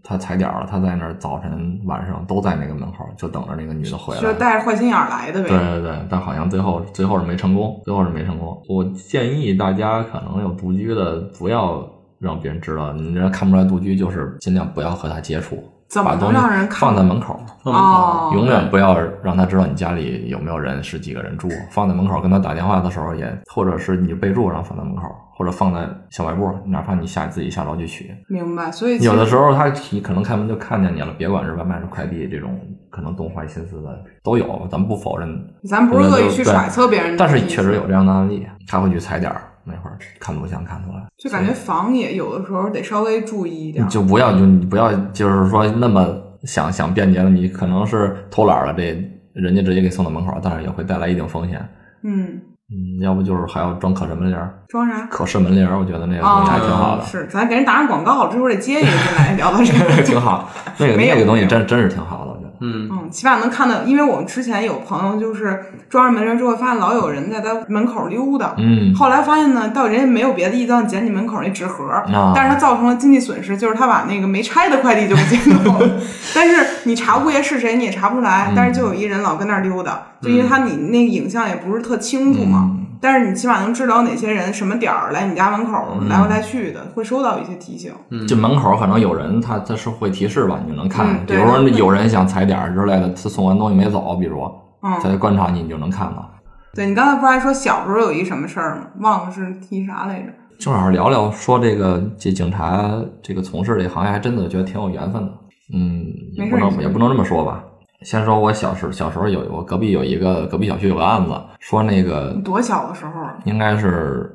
他踩点儿了，他在那儿早晨晚上都在那个门口，就等着那个女的回来。
就是带着坏心眼儿来的呗。
对对对，但好像最后最后是没成功，最后是没成功。我建议大家可能有独居的，不要让别人知道，你这看不出来独居，就是尽量不要和他接触，
怎么
把
能
东西
让人看
放在门口，
放门口
哦，
永远不要让他知道你家里有没有人，是几个人住，放在门口，跟他打电话的时候也，或者是你就备注，然后放在门口，或者放在小卖部，哪怕你下自己下楼去取。
明白。所以其
有的
实
时候他提可能开门就看见你了，别管是外卖是快递这种，可能动坏心思的都有，咱们不否认
咱不是恶意去
对
揣测别人的
但是
意思
确实有这样的案例，他会去踩点儿，那会儿看录像看出来，
就感觉防也有的时候得稍微注意一点
你。就不要就你不要就是说那么想想便捷了，你可能是偷懒了，这人家直接给送到门口，但是也会带来一定风险。
嗯，
嗯，要不就是还要装可视门铃儿，
装啥？
可视门铃儿，我觉得那个东西还挺好的，
哦是，咱给人打上广告，这会儿得接一个进来 聊到这个。
挺好。那个
没有
那个东西真真是挺好的，我觉得。
嗯
嗯，起码能看到，因为我们之前有朋友就是装上门铃之后，发现老有人在他门口溜达。
嗯，
后来发现呢，到人家没有别的意，当捡你门口那纸盒，
啊
但是他造成了经济损失，就是他把那个没拆的快递就给捡走了。 但是你查物业是谁，
嗯
你也查不出来。但是就有一人老跟那儿溜达，就因为他你那个影像也不是特清楚嘛，
嗯
但是你起码能知道哪些人什么点儿来你家门口
嗯
来回来去的，会收到一些提醒。
这门口可能有人他，他是会提示吧，你就能看。
嗯
比
对
如说有人想踩点儿之类的，他送完东西没走，比如
嗯
他就观察你，你就能看到。
对你刚才不是还说小时候有一什么事儿吗？忘了是提啥来着？
正好聊聊说这个这警察这个从事这行业，还真的觉得挺有缘分的。嗯，也
没事
不
没事
能也不能这么说吧。先说我小时候，小时候有我隔壁有一个隔壁小区有个案子，说那个
你多小的时候啊
应该是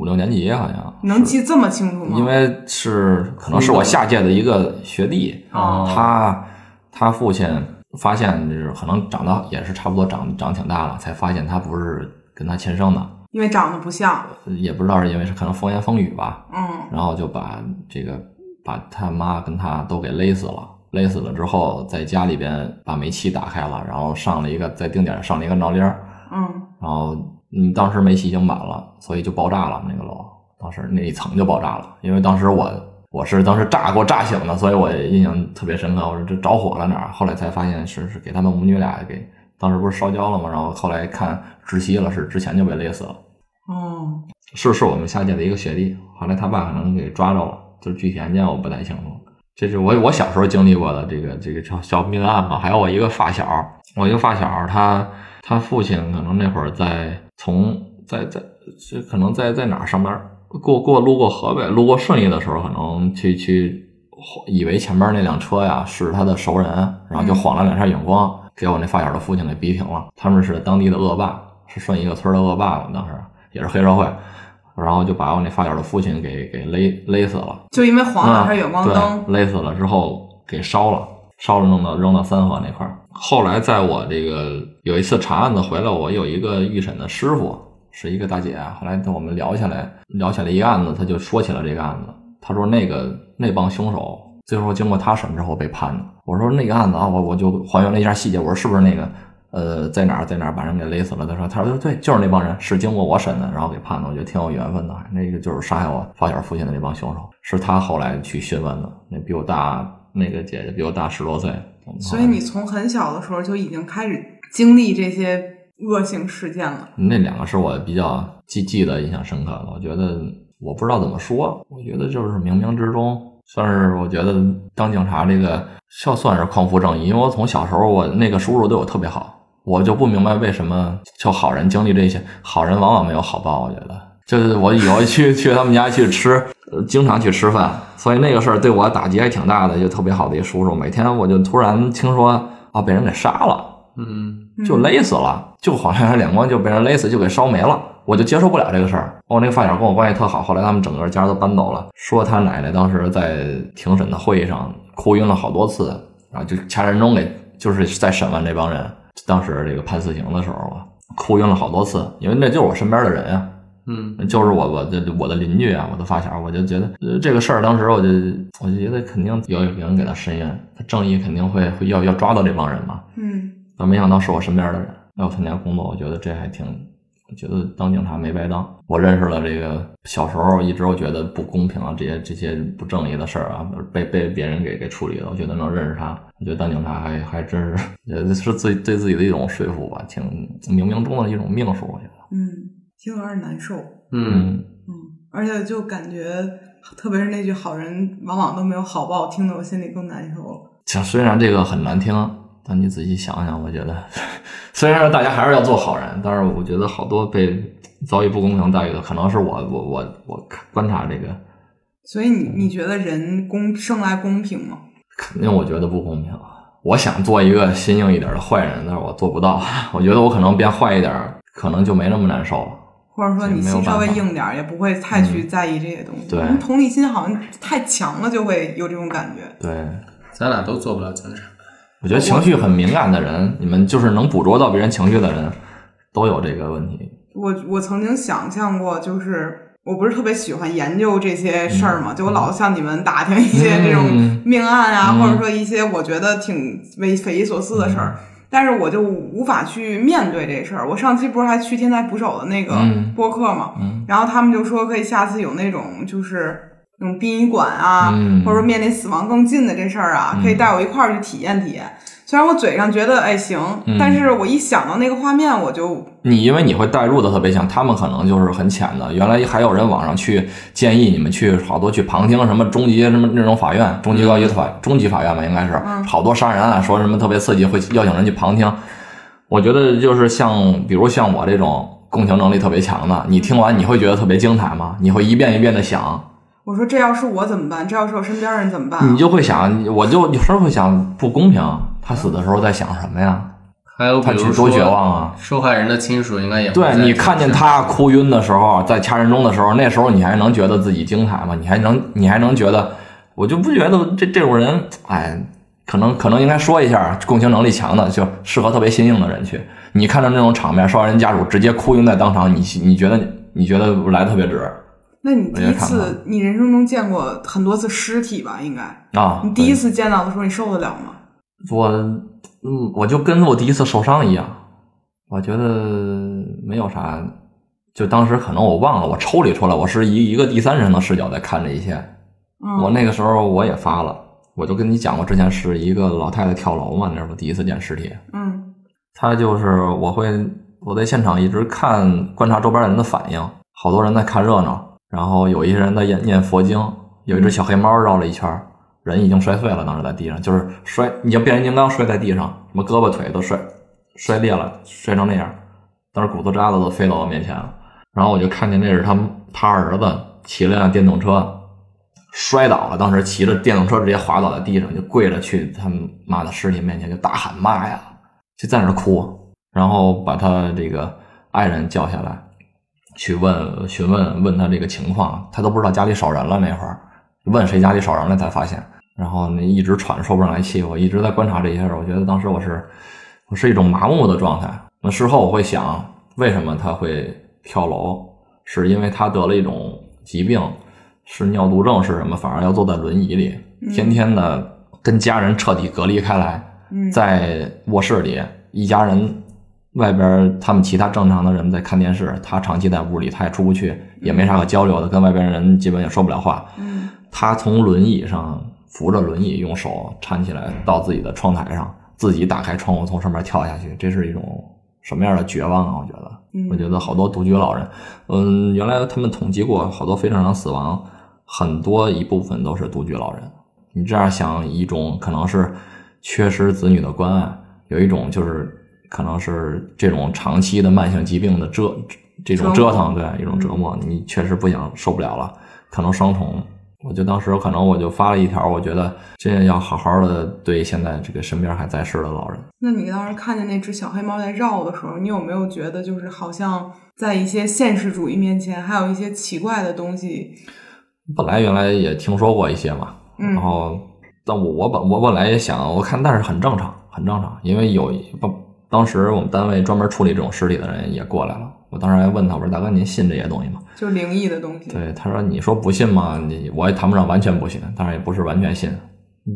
五六年级好像，
能记这么清楚吗？
因为是可能是我下届的一个学弟，
哦
他他父亲发现就是可能长到也是差不多长长挺大了，才发现他不是跟他亲生的，
因为长得不像，
也不知道是因为是可能风言风语吧，
嗯，
然后就把这个把他妈跟他都给勒死了。勒死了之后，在家里边把煤气打开了，然后上了一个在定点上了一个闹铃儿，
嗯，
然后嗯，当时煤气已经满了，所以就爆炸了那个楼，当时那一层就爆炸了。因为当时我我是当时炸给我炸醒的，所以我印象特别深刻。我说这着火了哪儿？后来才发现是是给他们母女俩给当时不是烧焦了吗？然后后来看窒息了，是之前就被勒死了。
哦，
是是我们下届的一个学弟，后来他爸可能给抓着了，就是具体案件我不太清楚。这是我我小时候经历过的这个这个小小命案吧。还有我一个发小，我一个发小，他他父亲可能那会儿在从在在这可能在在哪儿上班，过过路过河北，路过顺义的时候，可能去去以为前面那辆车呀是他的熟人，然后就晃了两下眼光，给我那发小的父亲给逼平了。他们是当地的恶霸，是顺义一个村儿的恶霸，我们当时也是黑社会。然后就把我那发小的父亲给给勒勒死了，
就因为晃两下远光
嗯
灯，
对，勒死了之后给烧了，烧了弄到扔到三河那块儿。后来在我这个有一次查案子回来，我有一个预审的师傅是一个大姐，啊后来我们聊起来，聊起来一个案子，她就说起了这个案子，她说那个那帮凶手。最后经过她审之后被判的。我说那个案子啊，我我就还原了一下细节，我说是不是那个呃在哪儿在哪儿把人给勒死了？他说他说对，就是那帮人是经过我审的，然后给判的，我觉得挺有缘分的。啊那个就是杀害我发小父亲的那帮凶手，是他后来去询问的，那比我大那个姐姐比我大十多岁，我们后
所
来
以你从很小的时候就已经开始经历这些恶性事件了。
那两个是我比较记记得印象深刻的。我觉得我不知道怎么说，我觉得就是冥冥之中，算是我觉得当警察这个算算是匡扶正义，因为我从小时候我那个叔叔对我特别好，我就不明白为什么就好人经历这些，好人往往没有好报，我觉得。就是我以后去 去他们家去吃，呃经常去吃饭，所以那个事儿对我打击还挺大的。就特别好的一叔叔，每天我就突然听说啊被人给杀了，
嗯，
就勒死了，就晃闪闪两光就被人勒死，就给烧没了。我就接受不了这个事儿。哦我那个发小跟我关系特好，后来他们整个家都搬走了。说他奶奶当时在庭审的会议上哭晕了好多次，然后就掐人中给，就是在审问这帮人，当时这个判死刑的时候啊，哭晕了好多次，因为那就是我身边的人啊。
嗯，
就是我我的我的邻居啊，我的发小，我就觉得、呃这个事儿，当时我就我就觉得肯定有有人给他伸冤，他正义肯定会会要要抓到这帮人嘛。
嗯，
但没想到是我身边的人来我参加工作，我觉得这还挺，我觉得当警察没白当。我认识了这个小时候一直我觉得不公平啊，这些这些不正义的事儿啊，被被别人给给处理了，我觉得能认识他，我觉得当警察还还真是，也是自己对自己的一种说服吧，挺冥冥中的一种命数，我觉得。
嗯，听有点难受，
嗯，，
嗯，而且就感觉。特别是那句“好人往往都没有好报”，听得我心里更难受了。
像虽然这个很难听，但你仔细想想，我觉得虽然大家还是要做好人，但是我觉得好多被遭遇不公平待遇的，可能是我我我我看观察这个，
所以你
嗯
你觉得人公生来公平吗？
肯定我觉得不公平。我想做一个心硬一点的坏人，但是我做不到。 我觉得我可能变坏一点，可能就没那么难受了。
或者说你
也没有
心
办
稍
法嗯
微硬点儿，也不会太去在意这些东西。
对
人同理心好像太强了，就会有这种感觉。
对，
咱俩都做不了警察。
我觉得情绪很敏感的人，你们就是能捕捉到别人情绪的人，都有这个问题。
我我曾经想象过，就是我不是特别喜欢研究这些事儿嘛，就我老向你们打听一些这种
嗯
命案啊，
嗯
或者说一些我觉得挺为匪夷所思的事儿。但是我就无法去面对这事儿。我上期不是还去天才捕手的那个
嗯
播客嘛，
嗯
然后他们就说可以下次有那种就是那种殡仪馆啊，
嗯
或者说面临死亡更近的这事儿啊，可以带我一块儿去体验体验。虽然我嘴上觉得哎行，
嗯
但是我一想到那个画面，我就
你因为你会带入的特别像，他们可能就是很浅的。原来还有人网上去建议你们去好多去旁听什么中级什么那种法院，中级高级法、中级法院吧，应该是好多杀人案，说什么特别刺激，会邀请人去旁听。我觉得就是像比如像我这种共情能力特别强的，你听完你会觉得特别精彩吗？你会一遍一遍的想，
我说这要是我怎么办？这要是我身边人怎么办？啊
你就会想，我就有时候会想不公平，他死的时候在想什么呀？
还有比
他
如
去
说
多绝望啊！
受害人的亲属应该也会
对
在
你看见他哭晕的时候，在掐人中的时候，那时候你还能觉得自己精彩吗？你还能你还能觉得，我就不觉得这这种人，哎，可能可能应该说一下，共情能力强的就适合特别心硬的人去。你看到那种场面，受害人家属直接哭晕在当场，你你觉得你觉得来得特别值
那你第一
我也
次，你人生中见过很多次尸体吧？应该，
啊？
你第一次见到的时候，你受得了吗？
对我嗯，我就跟我第一次受伤一样，我觉得没有啥。就当时可能我忘了，我抽离出来，我是以一个第三人称的视角在看这一切。
嗯，
我那个时候我也发了，我就跟你讲过，之前是一个老太太跳楼嘛，那是我第一次见尸体。
嗯
她就是我会我在现场一直看观察周边人的反应，好多人在看热闹，然后有一些人在念念佛经，有一只小黑猫绕了一圈儿，人已经摔碎了，当时在地上就是摔，已经变形金刚摔在地上，什么胳膊腿都摔摔裂了，摔成那样，当时骨头渣子都飞到我面前了。然后我就看见那是他们他儿子骑了辆电动车摔倒了，当时骑着电动车直接滑倒在地上，就跪着去他们妈的尸体面前就大喊妈呀，就在那儿哭，然后把他这个爱人叫下来，去问询问问他这个情况，他都不知道家里少人了那会儿，问谁家里少人了才发现，然后那一直喘说不上来气，我一直在观察这些事儿，我觉得当时我是我是一种麻木的状态。那事后我会想，为什么他会跳楼？是因为他得了一种疾病，是尿毒症是什么？反而要坐在轮椅里，天天的跟家人彻底隔离开来。
嗯，
在卧室里，一家人外边儿他们其他正常的人在看电视，他长期在屋里，他也出不去，也没啥可交流的，跟外边人基本也说不了话。
嗯
他从轮椅上扶着轮椅，用手搀起来到自己的窗台上，自己打开窗户从上面跳下去，这是一种什么样的绝望啊？我觉得。
嗯，
我觉得好多独居老人，嗯，原来他们统计过，好多非正常死亡，很多一部分都是独居老人。你这样想，一种可能是缺失子女的关爱，有一种就是可能是这种长期的慢性疾病的折这种
折磨
折腾，对，一种折磨，你确实不想受不了了，可能双重。我就当时可能我就发了一条，我觉得这要好好的对现在这个身边还在世的老人。
那你当时看见那只小黑猫在绕的时候，你有没有觉得就是好像在一些现实主义面前，还有一些奇怪的东西？
本来原来也听说过一些嘛，
嗯
然后但我我本我本来也想，我看但是很正常，很正常，因为有不当时我们单位专门处理这种尸体的人也过来了，我当时还问他，我说大哥您信这些东西吗？
就灵异的东西。
对，他说你说不信吗？你我也谈不上完全不信，当然也不是完全信，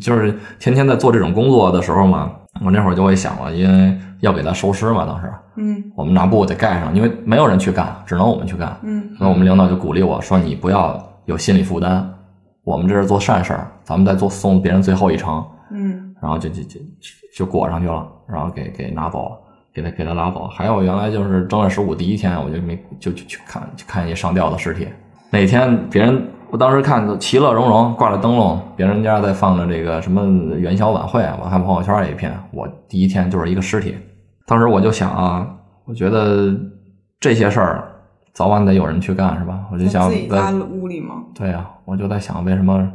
就是天天在做这种工作的时候嘛，我那会儿就会想了，因为要给他收尸嘛，当时
嗯
我们拿布得盖上，因为没有人去干，只能我们去干，
嗯
那我们领导就鼓励我说：“你不要有心理负担，我们这是做善事儿，咱们在做送别人最后一程。
嗯”
然后就就就就裹上去了，然后给给拿走，给他给他拉走。还有原来就是正月十五第一天，我就没就就去看去看一上吊的尸体。哪天别人我当时看其乐融融，挂着灯笼，别人家在放着这个什么元宵晚会，啊我看朋友圈也一片。我第一天就是一个尸体，当时我就想啊，我觉得这些事儿早晚得有人去干，是吧？我就
在
想
自己
在
家屋里吗？
对呀、我就在想，为什么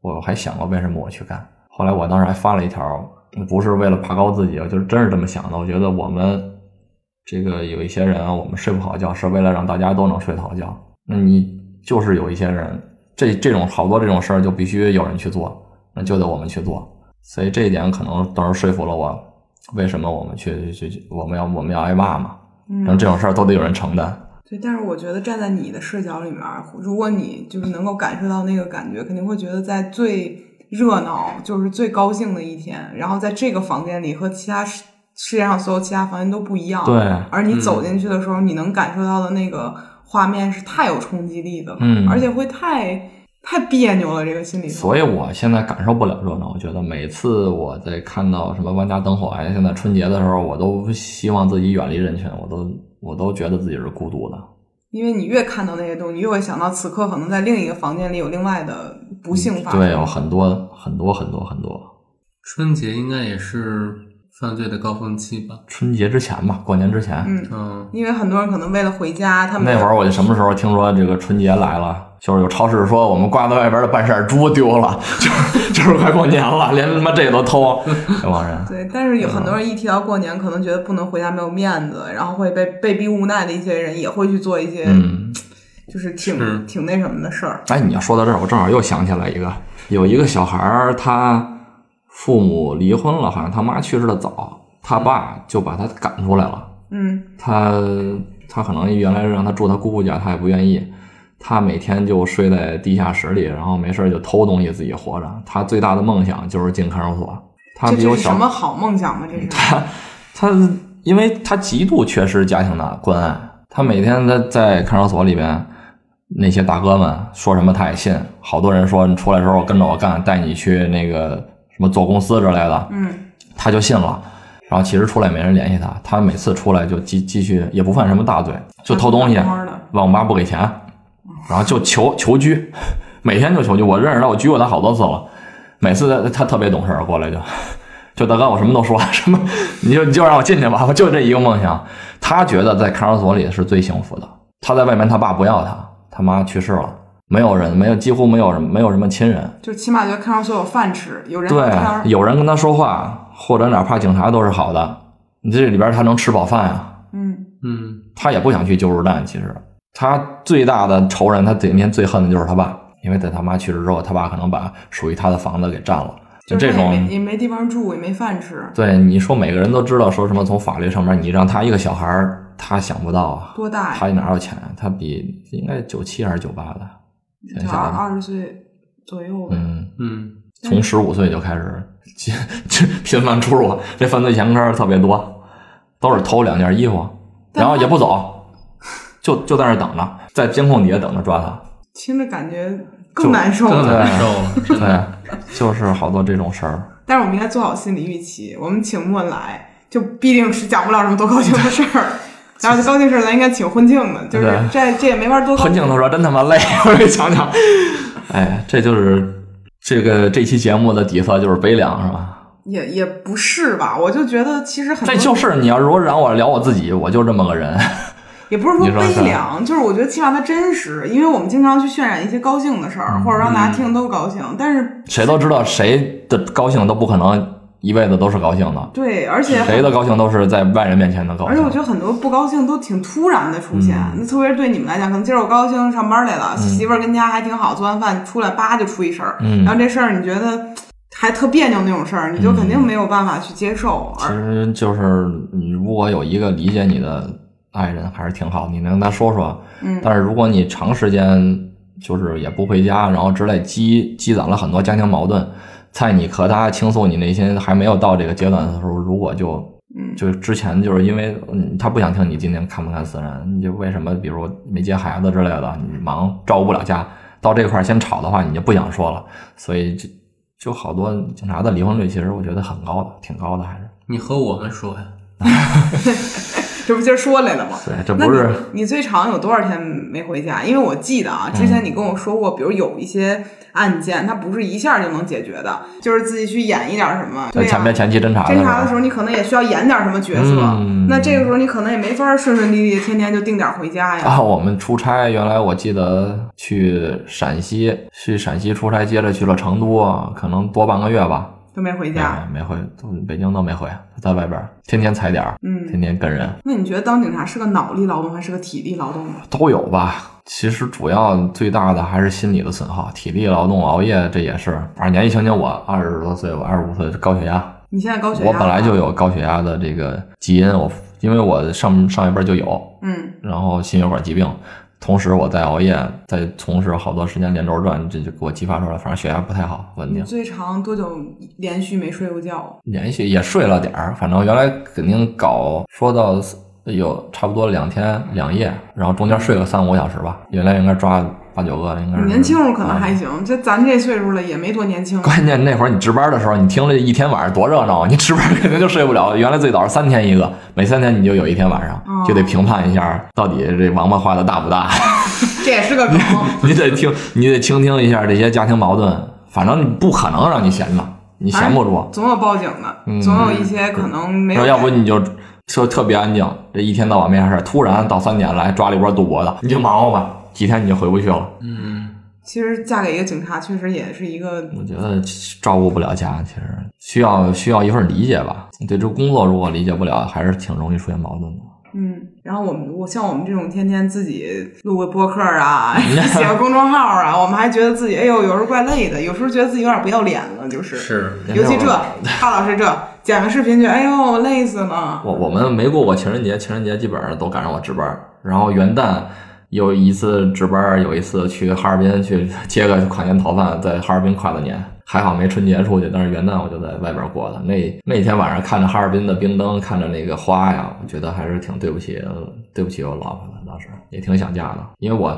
我还想过为什么我去干？后来我当时还发了一条，不是为了爬高自己，我啊就是真是这么想的。我觉得我们这个有一些人啊，我们睡不好觉，是为了让大家都能睡得好觉。那你就是有一些人，这这种好多这种事儿就必须有人去做，那就得我们去做。所以这一点可能当时说服了我，为什么我们去去去，我们要我们要挨骂嘛？
嗯
然后这种事儿都得有人承担。
对，但是我觉得站在你的视角里面，如果你就是能够感受到那个感觉，肯定会觉得在最热闹、就是最高兴的一天，然后在这个房间里和其他世世界上所有其他房间都不一样。
对，嗯
而你走进去的时候，你能感受到的那个画面是太有冲击力的，
嗯
而且会太太别扭了，这个心里头。
所以我现在感受不了热闹。我觉得每次我在看到什么万家灯火呀，现在春节的时候，我都希望自己远离人群，我都我都觉得自己是孤独的。
因为你越看到那些东西，你越会想到此刻可能在另一个房间里有另外的不幸发生。
嗯对，有很多很多很多很多。
春节应该也是犯罪的高峰期吧？
春节之前吧，过年之前，
嗯，
嗯，
因为很多人可能为了回家，他们
那会儿我就什么时候听说这个春节来了，就是有超市说我们挂在外边的半扇猪丢了， 就是就是快过年了，连他妈这都偷，这帮人。
对，但是有很
嗯
多人一提到过年，可能觉得不能回家没有面子，然后会被被逼无奈的一些人也会去做一些，
嗯，
就是挺
是
挺那什么的事儿。
哎，你要说到这儿，我正好又想起来一个，有一个小孩儿，他父母离婚了，好像他妈去世的早，他爸就把他赶出来了。
嗯，
他他可能原来让他住他姑姑家，他也不愿意。他每天就睡在地下室里，然后没事儿就偷东西自己活着。他最大的梦想就是进看守所。他
这
比
这
我
是
小
什，么好梦想吗？这是
他因为他极度缺失家庭的关爱，他每天在在看守所里边，那些大哥们说什么他也信。好多人说你出来的时候跟着我干，带你去那个什么做公司之类的，
嗯，
他就信了。然后其实出来没人联系他，他每次出来就继继续也不犯什么大罪，就偷东西
打，光的
网吧不给钱，然后就求求居，每天就求居。我认识他，我居过他好多次了，每次他他特别懂事儿，过来就 就大哥，我什么都说，什么你就你就让我进去吧，我就这一个梦想。他觉得在看守所里是最幸福的。他在外面，他爸不要他，他妈去世了，没有人，没有几乎没有什么没有什么亲人，
就起码觉得看上所有饭吃，有人看上
对，有人跟他说话，或者哪怕警察都是好的。你这里边他能吃饱饭啊，
嗯，
嗯，
他也不想去救助站。其实他最大的仇人，他顶天最恨的就是他爸，因为在他妈去世之后，他爸可能把属于他的房子给占了。就
就是
这
也
种
没，也没地方住，也没饭吃，
对你说，每个人都知道说什么，从法律上面，你让他一个小孩儿，他想不到啊，
多大呀？
他哪有钱？他比应该九七还是九八的，
就
想
二
想，
二十岁左右吧。
嗯，
嗯，
从十五岁就开始 这这频繁出入，这犯罪前科特别多，都是偷两件衣服，
但
然后
他
也不走，就就在那儿等着，在监控底下等着抓他。
听着感觉更难受
更
了。
难受啊了，真的。
对，就是好多这种事儿。
但是我们应该做好心理预期，我们请莫来，就必定是讲不了什么多高兴的事 儿。然后这高兴事儿，咱应该请婚庆的，就是
对
这这也没法多高
很
兴
景。的说：“真他妈累， 我给你讲讲。”哎，这就是这个这期节目的底色就是悲凉，是吧？
也也不是吧，我就觉得其实很
这
多，
就是你要如果让我聊我自己，我就这么个人。
也不是说
你说嗯
悲
看
凉，就是我觉得起码它真实，因为我们经常去渲染一些高兴的事
嗯
儿，或者让大家听都高兴，但是
谁都知道谁的高兴都不可能一辈子都是高兴的，
对，而且
谁的高兴都是在外人面前的高
而且
兴
我。觉得很多不高兴都挺突然的出现，
嗯
那、特别是对你们来讲，可能今儿我高兴上班来了，媳妇儿跟家还挺好，做完饭出来叭就出一事儿，
嗯
然后这事儿你觉得还特别扭那种事儿，你就肯定没有办法去接受。
其
而
实就是你如果有一个理解你的爱人，还是挺好，你能跟他说说。
嗯
但是如果你长时间就是也不回家，然后之类积积攒了很多家庭矛盾，在你和他倾诉你内心还没有到这个阶段的时候，如果就
嗯
就是之前就是因为嗯他不想听你今天看不看私人，你就为什么比如没接孩子之类的，你忙照顾不了家，到这块儿先吵的话，你就不想说了，所以就就好多警察的离婚率，其实我觉得很高的，挺高的还是。
你和我们说呀，
这不今儿说来了吗？
对，这
那
不
你
是呃
你最长有多少天没回家？因为我记得啊，之前你跟我说过，比如有一些案件，它不是一下就能解决的，就是自己去演一点什么。对
嗯在
呀、
前面前期侦查
侦查的
时
时候，
候，
你可能也需要演点什么角色。
嗯
那这个时候，你可能也没法顺顺利利，天天就定点回家呀。
啊，我们出差，原来我记得去陕西，去陕西出差，接着去了成都，可能多半个月吧，
都没回
没
家。
没回，北京都没回，在外边儿天天踩点儿，
嗯，
天天跟人
那你觉得当警察是个脑力劳动还是个体力劳动呢？
都有吧。其实主要最大的还是心理的损耗，体力劳动、熬夜这也是。反正年纪轻轻，我二十多岁，我二十五岁高血压，
你现在高血压？啊
我本来就。有高血压的这个基因，我因为我上上一辈儿就有，
嗯，
然后心血管疾病，同时我在熬夜，在从事好多时间连轴转，这就给我激发出来，反正血压不太好，稳
你
定。
最长多久连续没睡过觉？
连续也睡了点儿，反正原来肯定搞说到有差不多两天两夜，然后中间睡个三五个小时吧。原来应该抓八九个，应该是
年轻时候可能
啊
还行，就咱这岁数了也没多年轻。
关键那会儿你值班的时候，你听了一天晚上多热闹啊！你值班肯定就睡不了。原来最早是三天一个，每三天你就有一天晚上，
哦
就得评判一下到底这王八画的大不大。
这也是个梗，
你得听，你得倾听一下这些家庭矛盾，反正不可能让你闲着，你闲不住。
总有报警的，
嗯
总有一些可能啊没有
说
人。
要不你就说特别安静，这一天到晚没啥事儿，突然到三点来抓了一波赌博的，你就忙活吧，几天你就回不去了。嗯
其实嫁给一个警察，确实也是一个
我觉得照顾不了家，其实需要需要一份理解吧。对这工作如果理解不了，还是挺容易出现矛盾的。
嗯。然后我们，我像我们这种天天自己录个播客 啊， 写个公众号啊，我们还觉得自己哎呦，有时候怪累的，有时候觉得自己有点不要脸了，就是。
是
尤其这哈老师这剪个视频，觉得哎呦累死了。
我我们没过过情人节，情人节基本上都赶上我值班儿，然后元旦有一次值班儿，有一次去哈尔滨去接个跨年逃犯，在哈尔滨跨的年。还好没春节出去，但是元旦我就在外边过的。那那天晚上看着哈尔滨的冰灯，看着那个花呀，我觉得还是挺对不起对不起我老婆的。当时也挺想嫁的，因为我，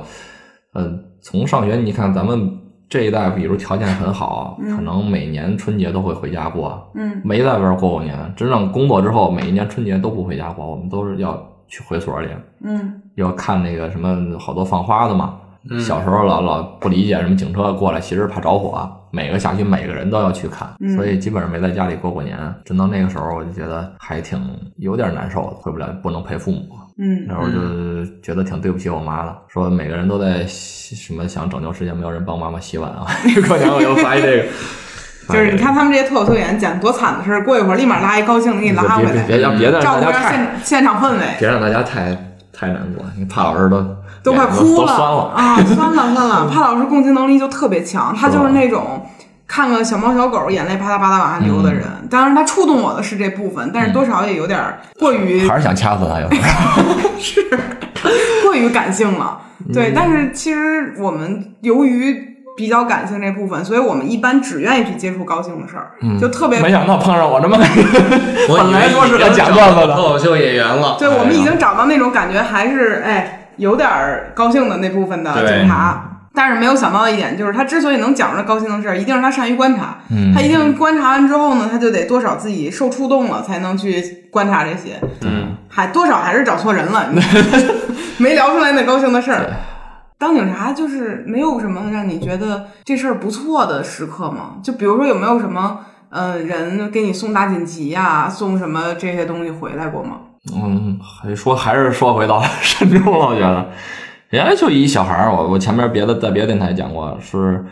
呃，从上学你看咱们这一代，比如条件很好，可能每年春节都会回家过，
嗯
没在外边过过年，真正工作之后，每一年春节都不回家过，我们都是要去回所里，
嗯
要看那个什么好多放花的嘛。
嗯
小时候老老不理解什么警车过来，其实怕着火，啊每个辖区每个人都要去看，
嗯
所以基本上没在家里过过年。真到那个时候，我就觉得还挺有点难受的，回不了，不能陪父母。
嗯
那会儿就觉得挺对不起我妈的，说每个人都在洗什么想拯救世界，没有人帮妈妈洗碗啊。 过年我就发现这个，
就是你看他们这些脱口秀演员讲多惨的事儿，过一会儿立马拉一高兴的给你拉回
哎别别别
来，
让别让
照
大
顾
家
一
看
下。现现场氛围，
别让大家太太难过，你怕老师都
都快
脸
哭
都酸了。
啊，酸了酸 了。帕老师共情能力就特别强，他就是那种。看个小猫小狗，眼泪啪嗒啪嗒往下流的人，
嗯
当然他触动我的是这部分，但是多少也有点儿过 于
还是想掐死他，有时候
过于感性了。
嗯
对，但是其实我们由于比较感性这部分，所以我们一般只愿意去接触高兴的事儿，就特别
嗯没想到碰上我这么个
我
本来
以为
说是个
已经
假段子的
找脱口秀演员了，
对，
哎呀
我们已经找到那种感觉，还是哎有点儿高兴的那部分的
对
警察。但是没有想到一点，就是他之所以能讲出来高兴的事儿，一定是他善于观察。
嗯
他一定观察完之后呢，他就得多少自己受触动了，才能去观察这些。
嗯，
还多少还是找错人了，你 没聊出来那高兴的事儿。当警察就是没有什么让你觉得这事儿不错的时刻吗？就比如说有没有什么呃人给你送大锦旗呀、送什么这些东西回来过吗？
嗯，还说还是说回到山中了，我觉得，人家就一小孩儿，我我前面别的在别的电台讲过，是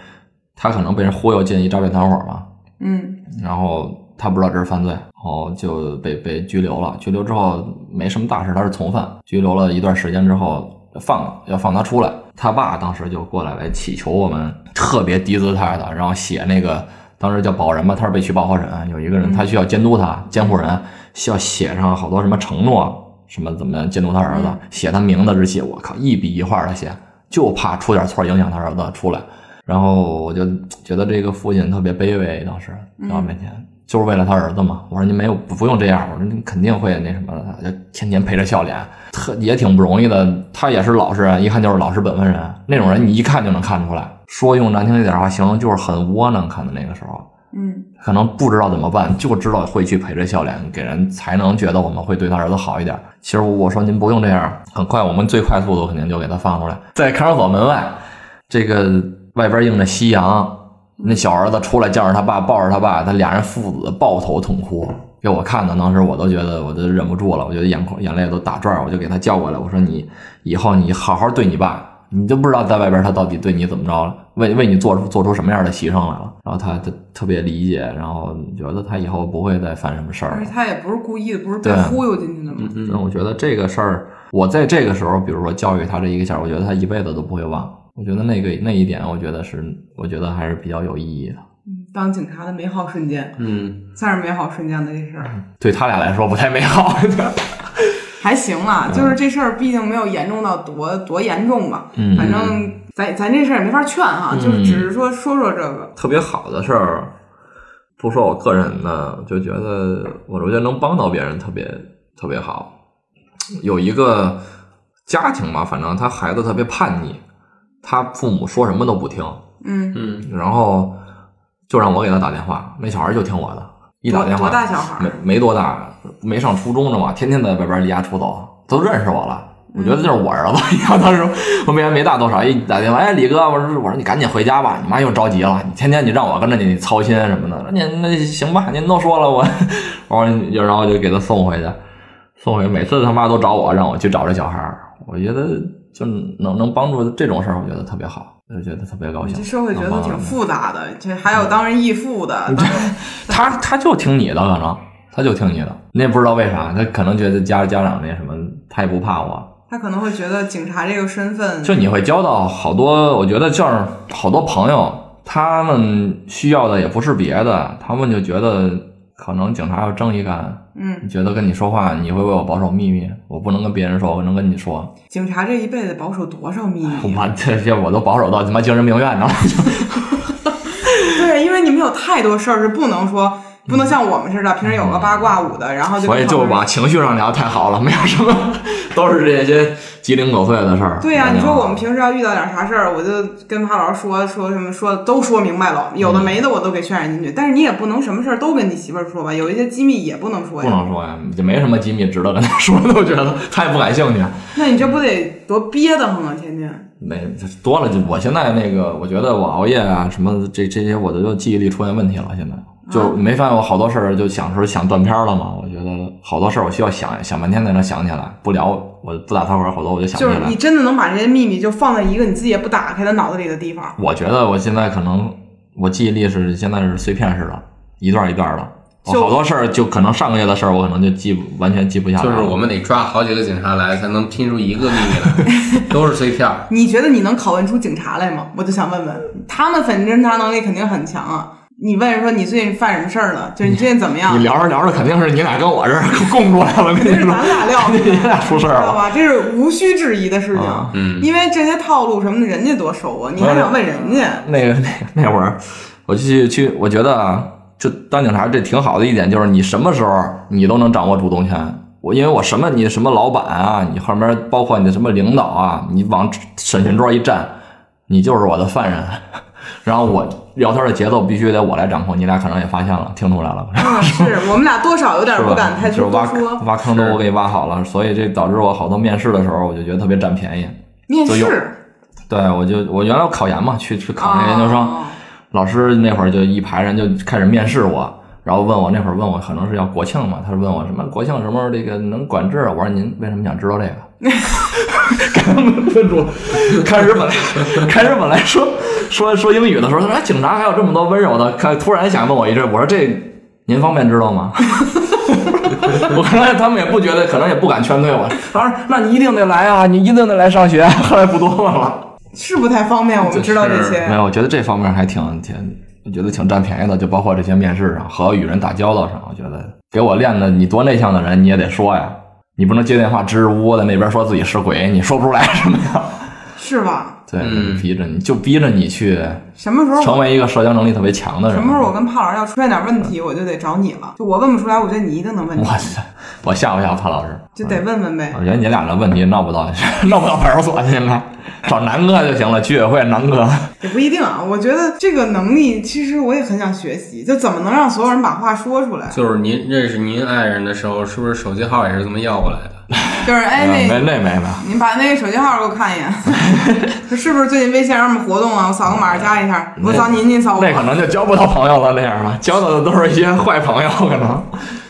他可能被人忽悠进一诈骗团伙嘛，
嗯
然后他不知道这是犯罪，然后就被被拘留了。拘留之后没什么大事，他是从犯，拘留了一段时间之后放了，要放他出来。他爸当时就过来来祈求我们，特别低姿态的，然后写那个当时叫保人吧，他是被取保候审，有一个人他需要监督他，监护人需要写上好多什么承诺。什么怎么监督他儿子？写他名字日期，我靠，一笔一画的写，就怕出点错影响他儿子出来。然后我就觉得这个父亲特别卑微，当时在我面前、就是为了他儿子嘛。我说你没有不不用这样，我说你肯定会那什么的，就天天陪着笑脸，特也挺不容易的。他也是老实人，一看就是老实本分人，那种人你一看就能看出来。说用难听一点的话形容，就是很窝囊。看的那个时候，
嗯
可能不知道怎么办，就知道会去陪着笑脸，给人才能觉得我们会对他儿子好一点。其实我说您不用这样，很快我们最快速度肯定就给他放出来，在看守所门外，这个外边映着夕阳，那小儿子出来叫着他爸，抱着他爸，他俩人父子抱头痛哭。给我看的当时我都觉得我都忍不住了，我觉得眼眶眼泪都打转儿，我就给他叫过来，我说你以后你好好对你爸，你都不知道在外边他到底对你怎么着了，为为你做出做出什么样的牺牲来了。然后他他特别理解，然后觉得他以后不会再犯什么事儿
而
了
且。他也不是故意的，不是被
对嗯
忽悠进去的嘛。
但我觉得这个事儿，我在这个时候，比如说教育他这一个小时，我觉得他一辈子都不会忘。我觉得那个那一点，我觉得是，我觉得还是比较有意义的。
当警察的美好瞬间，
嗯，
算是美好瞬间的这事儿，
对他俩来说不太美好。
还行
嗯
啦。就是这事儿毕竟没有严重到多多严重吧，
嗯
反正咱咱这事儿也没法劝哈，
嗯
就是只是说说说这个。
特别好的事儿，不说我个人的，就觉得我觉得能帮到别人特别特别好。有一个家庭嘛，反正他孩子特别叛逆，他父母说什么都不听，
嗯，
嗯，
然后就让我给他打电话，那小孩就听我的，一打
多
电
多
话
大小孩
没
儿？
没多大，没上初中呢嘛，天天在外边离家出走，都认识我了。我觉得就是我儿子 一样，当时我没没大多少，一打电话，哎，李哥，我说我说你赶紧回家吧，你妈又着急了，你天天你让我跟着你操心什么的，那您那行吧，您都说了我， 我说就然后就给他送回去，送回去，每次他妈都找我让我去找这小孩儿，我觉得就能能帮助这种事儿，我觉得特别好，我觉得特别高兴。
这社会觉得
能帮嗯
挺
人
复杂的，这还有当人义父的，当
他他就听你的，可能他就听你的，你也不知道为啥，他可能觉得家家长那什么，他也不怕我。
他可能会觉得警察这个身份
就你会交到好多，我觉得就是好多朋友，他们需要的也不是别的，他们就觉得可能警察有正义感，
嗯，
觉得跟你说话你会为我保守秘密，我不能跟别人说，我能跟你说，
警察这一辈子保守多少 秘
恐
密？
怕这些我都保守到他妈精神病院呢。
对，因为你们有太多事儿是不能说，不能像我们似的，平时有个八卦舞的，然后就
所以就
完。
往情绪上聊太好了，没有什么， 都是这些鸡零狗碎的事儿。
对呀、
聊
你
聊
说我们平时要遇到点啥事儿，我就跟潘老师说说什么说都说明白了，
嗯
有的没的我都给渲染进去。但是你也不能什么事儿都跟你媳妇儿说吧，有一些机密也不能说
不
呀。
能说呀，就没什么机密值得跟他 说的，我觉得他也不感兴趣。
那你这不得多憋得慌啊，天天。
没多了就，我现在那个，我觉得我熬夜啊，什么这这些，我的就记忆力出现问题了。现
嗯
在就没发现我好多事儿，就想说想断片儿了嘛。我觉得好多事儿我需要想想半天才能想起来，不聊我不打草稿，好多我就想不
就是
起来
你。真的能把这些秘密就放在一个你自己也不打开的脑子里的地方，
我觉得我现在可能我记忆力是现在是碎片式的，一段一段的。我
就
好多事儿就可能上个月的事儿，我可能就记不完全记不下来
就
了。
是我们得抓好几个警察来，才能拼出一个秘 密来，都是碎片儿。
你觉得你能拷问出警察来吗？我就想问问他们，反侦查能力肯定很强啊。你问说你最近犯什么事儿了？就是你最近怎么样
你？聊着聊着，肯定是你俩跟我这儿 供出来了。我跟
这
你
是
说，
咱俩撂的，
你俩出
知
事儿
道
了。
吧？这是无需质疑的事情。
啊
嗯，
因为这些套路什么的，人家多熟啊，你还想问人家？
那个那个那会儿，我去去，我觉得啊，就当警察这挺好的一点就是，你什么时候你都能掌握主动权。我因为我什么你什么老板啊，你后面包括你的什么领导啊，你往审讯桌一站，你就是我的犯人。 然后我聊天的节奏必须得我来掌控，你俩可能也发现了，听出来了。
啊， 是我们俩多少有点
是吧？
不敢太去
就是
多
挖
说。
挖坑都我给你挖好了，所以这导致我好多面试的时候，我就觉得特别占便宜。
面
就有
试
对我就我原来我考研嘛，去去考那个研究生，
啊，
老师那会儿就一排人就开始面试我，然后问我那会儿问我可能是要国庆嘛，他问我什么国庆什么时候这个能管制啊？我说您为什么想知道这个？ 给他们问住了。开始本来开始本来说说说英语的时候，他说哎警察还有这么多温柔的，看突然想问我一句，我说这您方便知道吗？ 我可能他们也不觉得，可能也不敢劝退我。他说：“那你一定得来啊，你一定得来上学。”啊后来不多问了。
是不太方便，我们知道这
没
些。
有，我觉得这方面还挺挺，我觉得挺占便宜的，就包括这些面试上和与人打交道上，我觉得给我练的，你多内向的人你也得说呀，你不能接电话支支吾吾的那边说自己是鬼，你说不出来什么呀？
是吧？
对，
嗯
逼着你就逼着你去
什么时候
成为一个社交能力特别强的人。
什么时候我跟胖老师要出现点问题，我就得找你了。就我问不出来，我觉得你一定能问
我
出来，
我吓不吓潘老师？
就得问问呗。
我觉得你俩的问题闹不到， 闹不到派出所去了，找南哥就行了，居委会南哥。
也不一定啊，我觉得这个能力其实我也很想学习，就怎么能让所有人把话说出来？
就是您认识您爱人的时候，是不是手机号也是这么要过来的？
就是哎，
没
那
没没啊没，
您把那个手机号给我看 一眼，是不是最近微信上有什么活动啊？我扫个码加一下，我扫您，您扫我。
那可能就交不到朋友了那样吧，交到的都是一些坏朋友可能。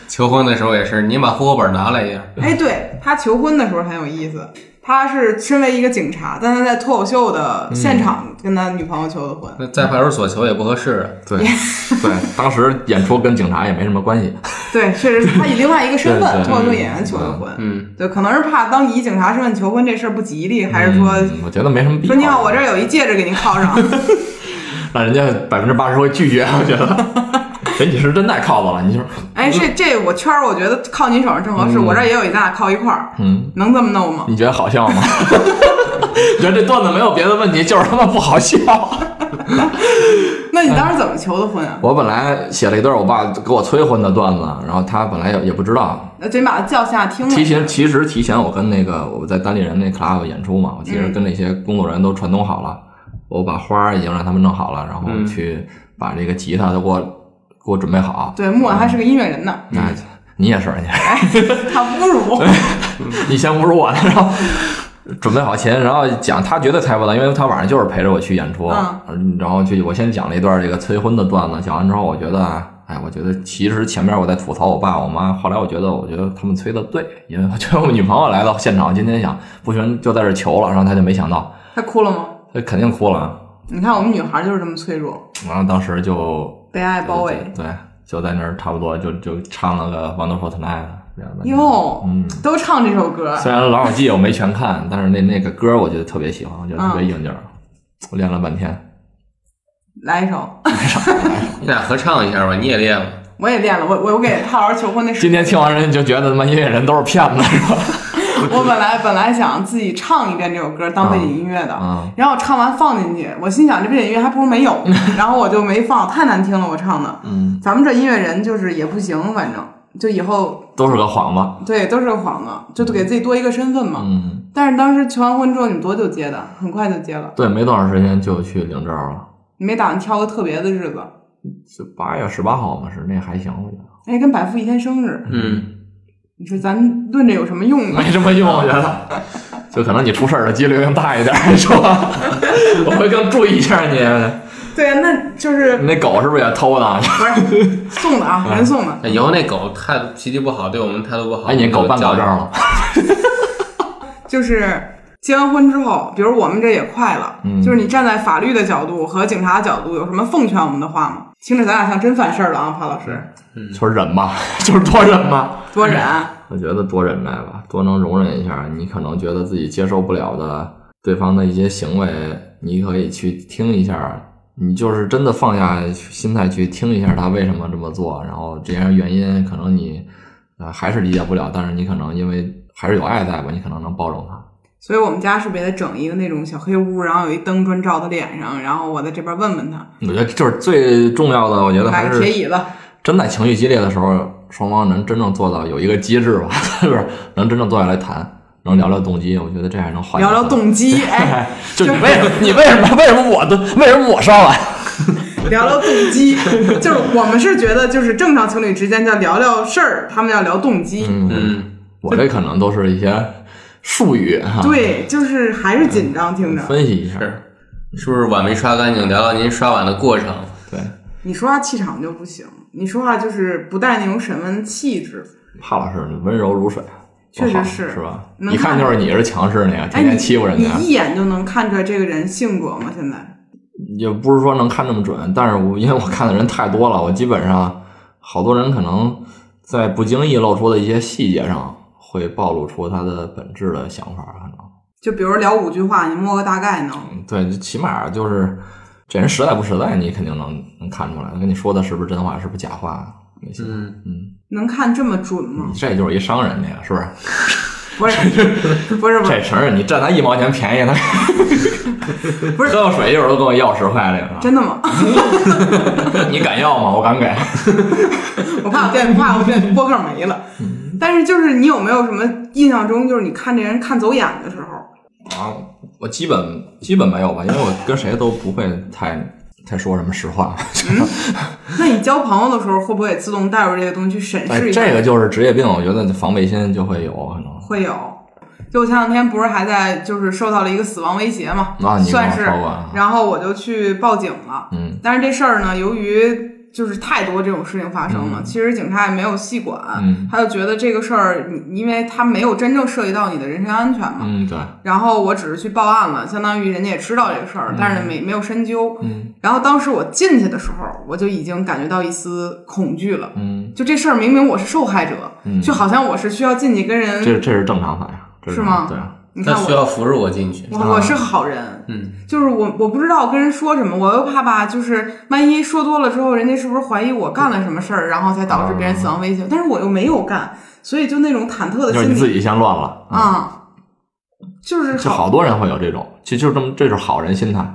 求婚的时候也是，您把户口本拿来一下。
哎，对他求婚的时候很有意思，他是身为一个警察，但他在脱口秀的
嗯
现场跟他女朋友求的婚。
那在派出所求也不合适，啊
对对，当时演出跟警察也没什么关系。
对，确实是他以另外一个身份
对对
脱口秀演员求的婚。
嗯，
对，可能是怕当以警察身份求婚这事儿不吉利，还是说、
嗯我觉得没什么必要。
说你好，我这儿有一戒指给您铐 上。
那人家百分之八十会拒绝，我 觉得。人你是真带靠子了，你就
哎，
嗯
这这我圈儿，我觉得铐您手上正合适，我这儿也有一，咱俩铐一块儿，
嗯，
能这么弄吗？
你觉得好笑吗？ 你觉得这段子没有别的问题，就是他妈不好笑。
那你当时怎么求的婚啊？
我本来写了一段我爸给我催婚的段子，然后他本来也也不知道，
那得把他叫下听了。
提前其实提前我跟那个我在单立人那 club 演出嘛，我其实跟那些工作人员都串通好了，我把花儿已经让他们弄好了，然后
嗯
去把这个吉他都给我给我准备好。
对，莫还是个音乐人呢，
哎，你也是，你
哎，
嗯
他侮辱
哎
我。
你先侮辱我，然后准备好琴，然后讲他绝对猜不到，因为他晚上就是陪着我去演出，嗯、然后就我先讲了一段这个催婚的段子，讲完之后我觉得，哎，我觉得其实前面我在吐槽我爸我妈，后来我觉得我觉得他们催的对，因为我觉得我女朋友来到现场，今天想不行就在这求了，然后他就没想到，
他哭了吗？
他肯定哭了，啊
你看我们女孩就是这么脆弱，
然后当时就
被爱包围。
对，就在那儿差不多就就唱了个 Wonderful Tonight 这样的。
哟，
嗯，
都唱这首歌，
虽然《老友记》我没全看，但是那那个歌我觉得特别喜欢，我觉得特别应景儿。我练了半天，
来一首。
你俩合唱一下吧，你也练吧。
我也练了，我我我给他老师求婚那时
今天听完人家就觉得他妈音乐人都是骗子，是吧？
我本来本来想自己唱一遍这首歌当背景音乐的，
嗯
然后我唱完放进去，我心想这背景音乐还不如没有，然后我就没放，太难听了，我唱的。
嗯，
咱们这音乐人就是也不行，反正就以后
都是个幌子。
对都是个幌子，就给自己多一个身份嘛。
嗯，
但是当时求完婚之后，你们多久结的？很快就结了，
对，没多长时间就去领证了，
你没打算挑个特别的日子？
就八月十八号嘛，是那还行，我觉得
哎，跟百富一天生日，
嗯，
你说咱论这有什么用啊？
没什么用，我觉得。 就可能你出事儿的几率更大一点，是吧？ 我会更注意一下你。
对啊，那就是
你那狗是不是也偷的？啊
不是送的啊，人送的。
哎以后那狗态度脾气不好，对我们态度不好。
哎，你狗
我们
办
就
狗
教育
证了？
就是结完婚之后，比如我们这也快了，
嗯
就是你站在法律的角度和警察的角度，有什么奉劝我们的话吗？听着，咱俩像真犯事儿了啊，潘老师，
就是忍吧， 就是多忍吧。
多 忍。
我觉得多忍耐吧，多能容忍一下。你可能觉得自己接受不了的对方的一些行为，你可以去听一下。你就是真的放下心态去听一下他为什么这么做，然后这些原因可能你呃还是理解不了，但是你可能因为还是有爱在吧，你可能能包容他。
所以我们家是不是也得整一个那种小黑屋，然后有一灯专照他脸上，然后我在这边问问他，
我觉得就是最重要的，我觉得
买
还
个铁
是
椅子，
真在情绪激烈的时候，双方能真正做到有一个机制吧， 是不是能真正坐下来谈，能聊聊动机？我觉得这还能缓解
聊聊
很多
动 机，哎，
就你为什么？你为什么？为什么我的？为什么我上来？
聊聊动 机，就是我们是觉得就是正常情侣之间叫聊聊事儿，他们要聊动机，
嗯，
我这可能都是一些术 语哈，
对，就是还是紧张听着。
分析一下。
是，是不是碗没刷干净？聊聊您刷碗的过程。
对，
你说话气场就不行，你说话就是不带那种审问气质。
哈老师温柔如水，啊
确实
多好
是
是吧？
能
一看就是你是强势那个，
哎，
天
你
天欺负人家，
你一眼就能看出来这个人性格吗？现在
也不是说能看这么准。但是我因为我看的人太多了，我基本上好多人可能在不经意露出的一些细节上，会暴露出他的本质的想法，啊可能。
就比如聊五句话，你摸个大概能。
对，就起码就是这人实在不实在，你肯定能能看出来，他跟你说的是不是真话，是不是假话那些。
嗯
嗯，
能看这么准吗
你？这就是一商人，那个是不是？
不是，不是，不
嗯这
是，
承认你占他一毛钱便宜，他
不是
喝口水一会儿都跟我要十块这
真的吗？
个，你敢要吗？我敢给。
我怕我电怕我电播客没了。
嗯
但是就是你有没有什么印象中，就是你看这人看走眼的时 候，
啊，我基本基本没有吧，因为我跟谁都不会太太说什么实话。
那你交朋友的时候，会不会也自动带入这个东西去审
哎
视一下？
这个就是职业病，我觉得防备心就会有可能。
会有。就我前两天不是还在就是受到了一个死亡威胁嘛，
啊你跟我
算是
说过啊，
然后我就去报警了。
嗯，
但是这事儿呢，由于就是太多这种事情发生了，其实警察也没有细管，
嗯
他就觉得这个事儿，你因为他没有真正涉及到你的人身安全嘛。
嗯，对，
然后我只是去报案了，相当于人家也知道这个事儿，但是没没有深究。
嗯
然后当时我进去的时候，我就已经感觉到一丝恐惧了。
嗯，
就这事儿，明明我是受害者，
嗯
就好像我是需要进去跟人
这这是正常反应，这
是吗
对啊，
你
他
看
需
我，
要扶着我进去。
我我是好人，
嗯，
就是我我不知道跟人说什么，我又怕吧，就是万一说多了之后，人家是不是怀疑我干了什么事儿，然后才导致别人死亡威胁？但是我又没有干，所以就那种忐忑的
就是
心
你嗯自
理
己先乱了。
啊，就是
就好多人会有这种，其实就这么，这是好人心态，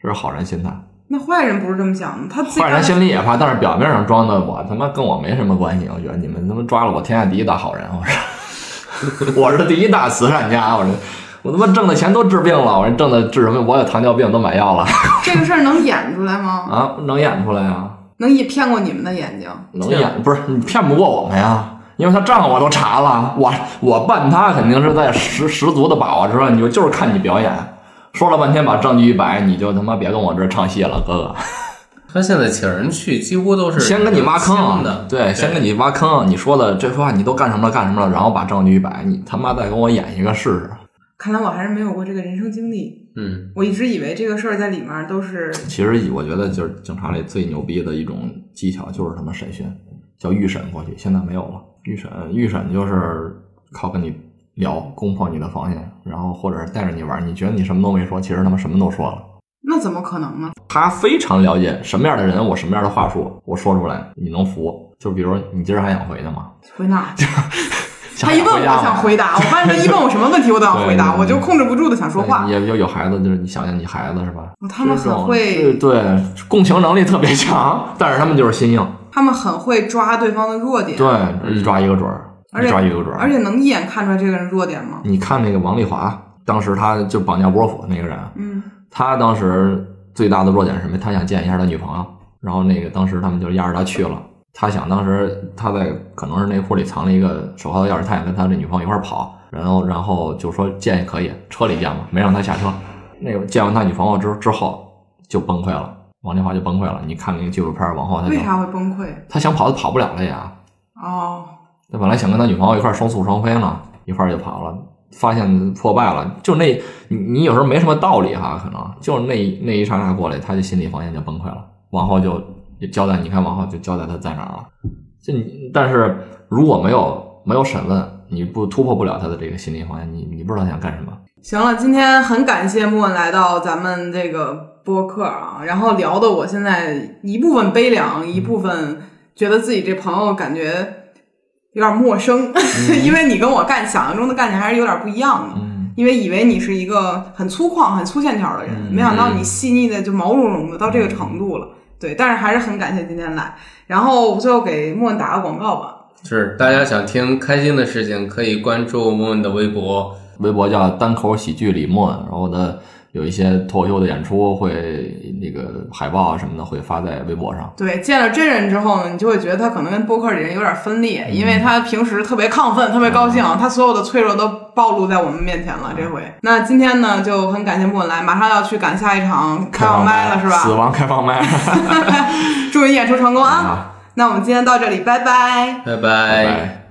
这是好人心态。
那坏人不是这么想的，他自己
坏人心里也怕，但是表面上装的我他妈跟我没什么关系。我觉得你们他妈抓了我天下第一大好人，我是 我是第一大慈善家，我是我他妈挣的钱都治病了，我这挣的治什么？我有糖尿病都买药了
这个事儿能演出来吗？
啊，能演出来啊？
能演骗过你们的眼睛？
能演不是你骗不过我们呀？因为他账我都查了，我我办他肯定是在十十足的把握之外，你就就是看你表演。说了半天把证据一摆，你就他妈别跟我这儿唱戏了，哥哥。
他现在请人去几乎都是
先跟你挖坑啊
轻的，，
对，先跟你挖坑。你说的这话你都干什么了？干什么了？然后把证据一摆，你他妈再跟我演一个试试。
看来我还是没有过这个人生经历。
嗯，
我一直以为这个事儿在里面都是
其实我觉得就是警察里最牛逼的一种技巧就是他妈审讯，叫预审过去，现在没有了。预审预审就是靠跟你聊，攻破你的防线，然后或者是带着你玩儿。你觉得你什么都没说，其实他妈什么都说了。
那怎么可能呢？
他非常了解什么样的人，我什么样的话术，我说出来你能服。就比如你今儿还想回去吗？
回哪儿？
想
他一问我
回家吗
想回答，我发现他一问我什么问题我都想回答，
对
我就控制不住的想说话
对。你也有有孩子，就是你想想你孩子是吧？
哦他们
这种
很会
对对，共情能力特别强，但是他们就是心硬，
他们很会抓对方的弱点，
对，一抓一个准儿，
嗯而且
一抓一个准儿。
而且能一眼看出来这个人弱点吗？
你看那个王丽华，当时他就绑架波普那个人，
嗯，
他当时最大的弱点是什么？他想见一下他女朋友，然后那个当时他们就压着他去了。他想当时他在可能是内裤里藏了一个手铐的钥匙，他想跟他这女朋友一块儿跑，然后然后就说见也可以，车里见嘛，没让他下车。那个见完他女朋友之之后就崩溃了，王丽华就崩溃了。你看那个纪录片儿，往后他就
为啥会崩溃？
他想跑，他跑不了了呀。
哦，
他本来想跟他女朋友一块儿双宿双飞呢，一块儿就跑了，发现破败了。就那，你你有时候没什么道理哈，可能就是那一那一刹那过来，他就心理防线就崩溃了，往后就就交代，你看往后就交代他在哪儿了。就你，但是如果没有没有审问，你不突破不了他的这个心理防线，你你不知道他想干什么。
行了，今天很感谢莫文来到咱们这个播客啊，然后聊的我现在一部分悲凉，一部分觉得自己这朋友感觉有点陌生， 因为你跟我干想象中的概念还是有点不一样的。
嗯，
因为以为你是一个很粗犷、很粗线条的人，没想到你细腻的就毛茸茸的到这个程度了。对，但是还是很感谢今天来。然后最后给莫文打个广告吧，
是大家想听开心的事情，可以关注莫文的微博。
微博叫单口喜剧李默，然后我的有一些脱口秀的演出会那个海报啊什么的会发在微博上。
对，见了真人之后呢，你就会觉得他可能跟播客里人有点分裂，因为他平时特别亢奋、特别高兴，他所有的脆弱都暴露在我们面前了。这回，那今天呢就很感谢莫文来，马上要去赶下一场开放麦了，是
死
吧？
亡开 放麦。
祝你演出成功啊！
啊，
那我们今天到这里，拜拜。
拜拜。
拜拜。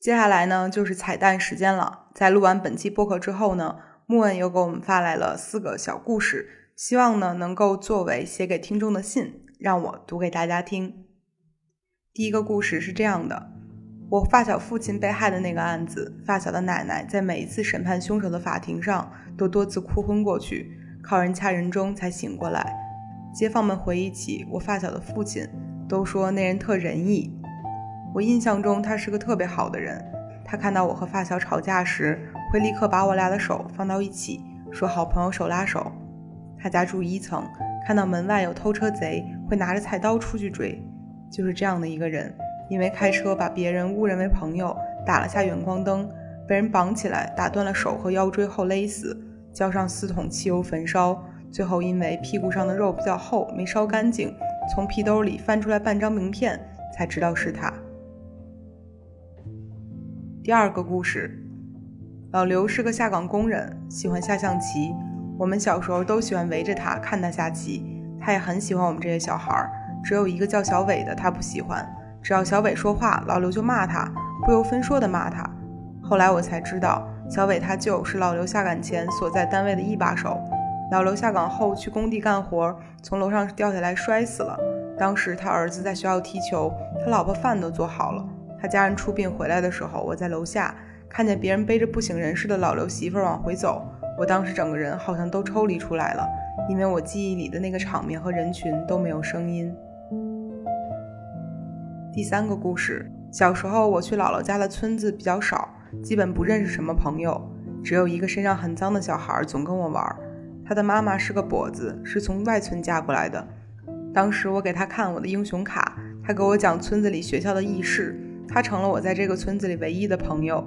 接下来呢，就是彩蛋时间了。在录完本期播客之后呢，木问又给我们发来了四个小故事，希望呢能够作为写给听众的信，让我读给大家听。第一个故事是这样的：我发小父亲被害的那个案子，发小的奶奶在每一次审判凶手的法庭上都多次哭昏过去，靠人掐人中才醒过来。街坊们回忆起我发小的父亲，都说那人特仁义，我印象中他是个特别好的人，他看到我和发小吵架时，会立刻把我俩的手放到一起，说好朋友手拉手。他家住一层，看到门外有偷车贼，会拿着菜刀出去追。就是这样的一个人，因为开车把别人误认为朋友，打了下远光灯，被人绑起来，打断了手和腰椎后勒死，浇上四桶汽油焚烧，最后因为屁股上的肉比较厚，没烧干净，从皮兜里翻出来半张名片，才知道是他。第二个故事，老刘是个下岗工人，喜欢下象棋。我们小时候都喜欢围着他看他下棋，他也很喜欢我们这些小孩儿。只有一个叫小伟的他不喜欢，只要小伟说话，老刘就骂他，不由分说的骂他。后来我才知道，小伟他舅是老刘下岗前所在单位的一把手。老刘下岗后去工地干活，从楼上掉下来摔死了。当时他儿子在学校踢球，他老婆饭都做好了。他家人出殡回来的时候，我在楼下看见别人背着不省人事的老刘媳妇儿往回走，我当时整个人好像都抽离出来了，因为我记忆里的那个场面和人群都没有声音。第三个故事，小时候我去姥姥家的村子比较少，基本不认识什么朋友，只有一个身上很脏的小孩儿总跟我玩儿。他的妈妈是个跛子，是从外村嫁过来的。当时我给他看我的英雄卡，他给我讲村子里学校的轶事，他成了我在这个村子里唯一的朋友。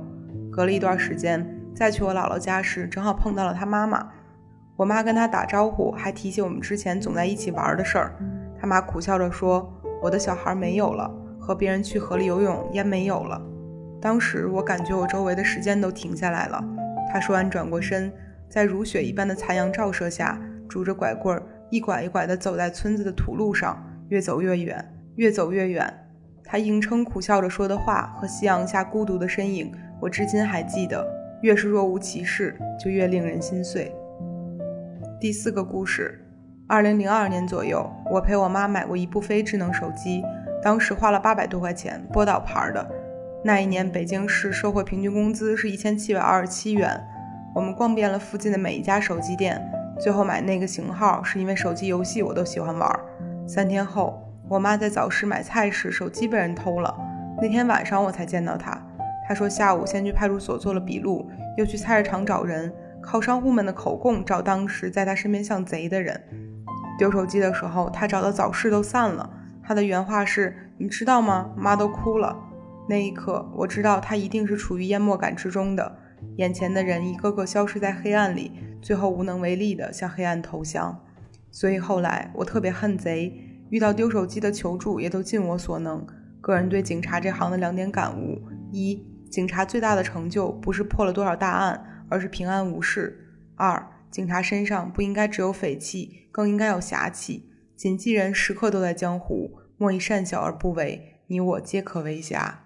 隔了一段时间，再去我姥姥家时，正好碰到了他妈妈。我妈跟他打招呼，还提起我们之前总在一起玩的事儿。他妈苦笑着说：“我的小孩没有了，和别人去河里游泳，烟没有了。”当时我感觉我周围的时间都停下来了。他说完，转过身，在如雪一般的残阳照射下，拄着拐棍儿，一拐一拐地走在村子的土路上，越走越远，越走越远。他硬撑苦笑着说的话和夕阳下孤独的身影，我至今还记得。越是若无其事，就越令人心碎。第四个故事，二零零二年左右，我陪我妈买过一部非智能手机，当时花了八百多块钱，波导牌的。那一年，北京市社会平均工资是一千七百二十七元。我们逛遍了附近的每一家手机店，最后买那个型号是因为手机游戏我都喜欢玩。三天后，我妈在早市买菜时，手机被人偷了。那天晚上我才见到她，她说下午先去派出所做了笔录，又去菜市场找人，靠商户们的口供找当时在她身边像贼的人。丢手机的时候，她找到早市都散了。她的原话是：“你知道吗？妈都哭了。”那一刻，我知道她一定是处于淹没感之中的，眼前的人一个个消失在黑暗里，最后无能为力的向黑暗投降。所以后来我特别恨贼，遇到丢手机的求助也都尽我所能。个人对警察这行的两点感悟：一、警察最大的成就不是破了多少大案，而是平安无事；二、警察身上不应该只有匪气，更应该有侠气。谨记人时刻都在江湖，莫以善小而不为，你我皆可为侠。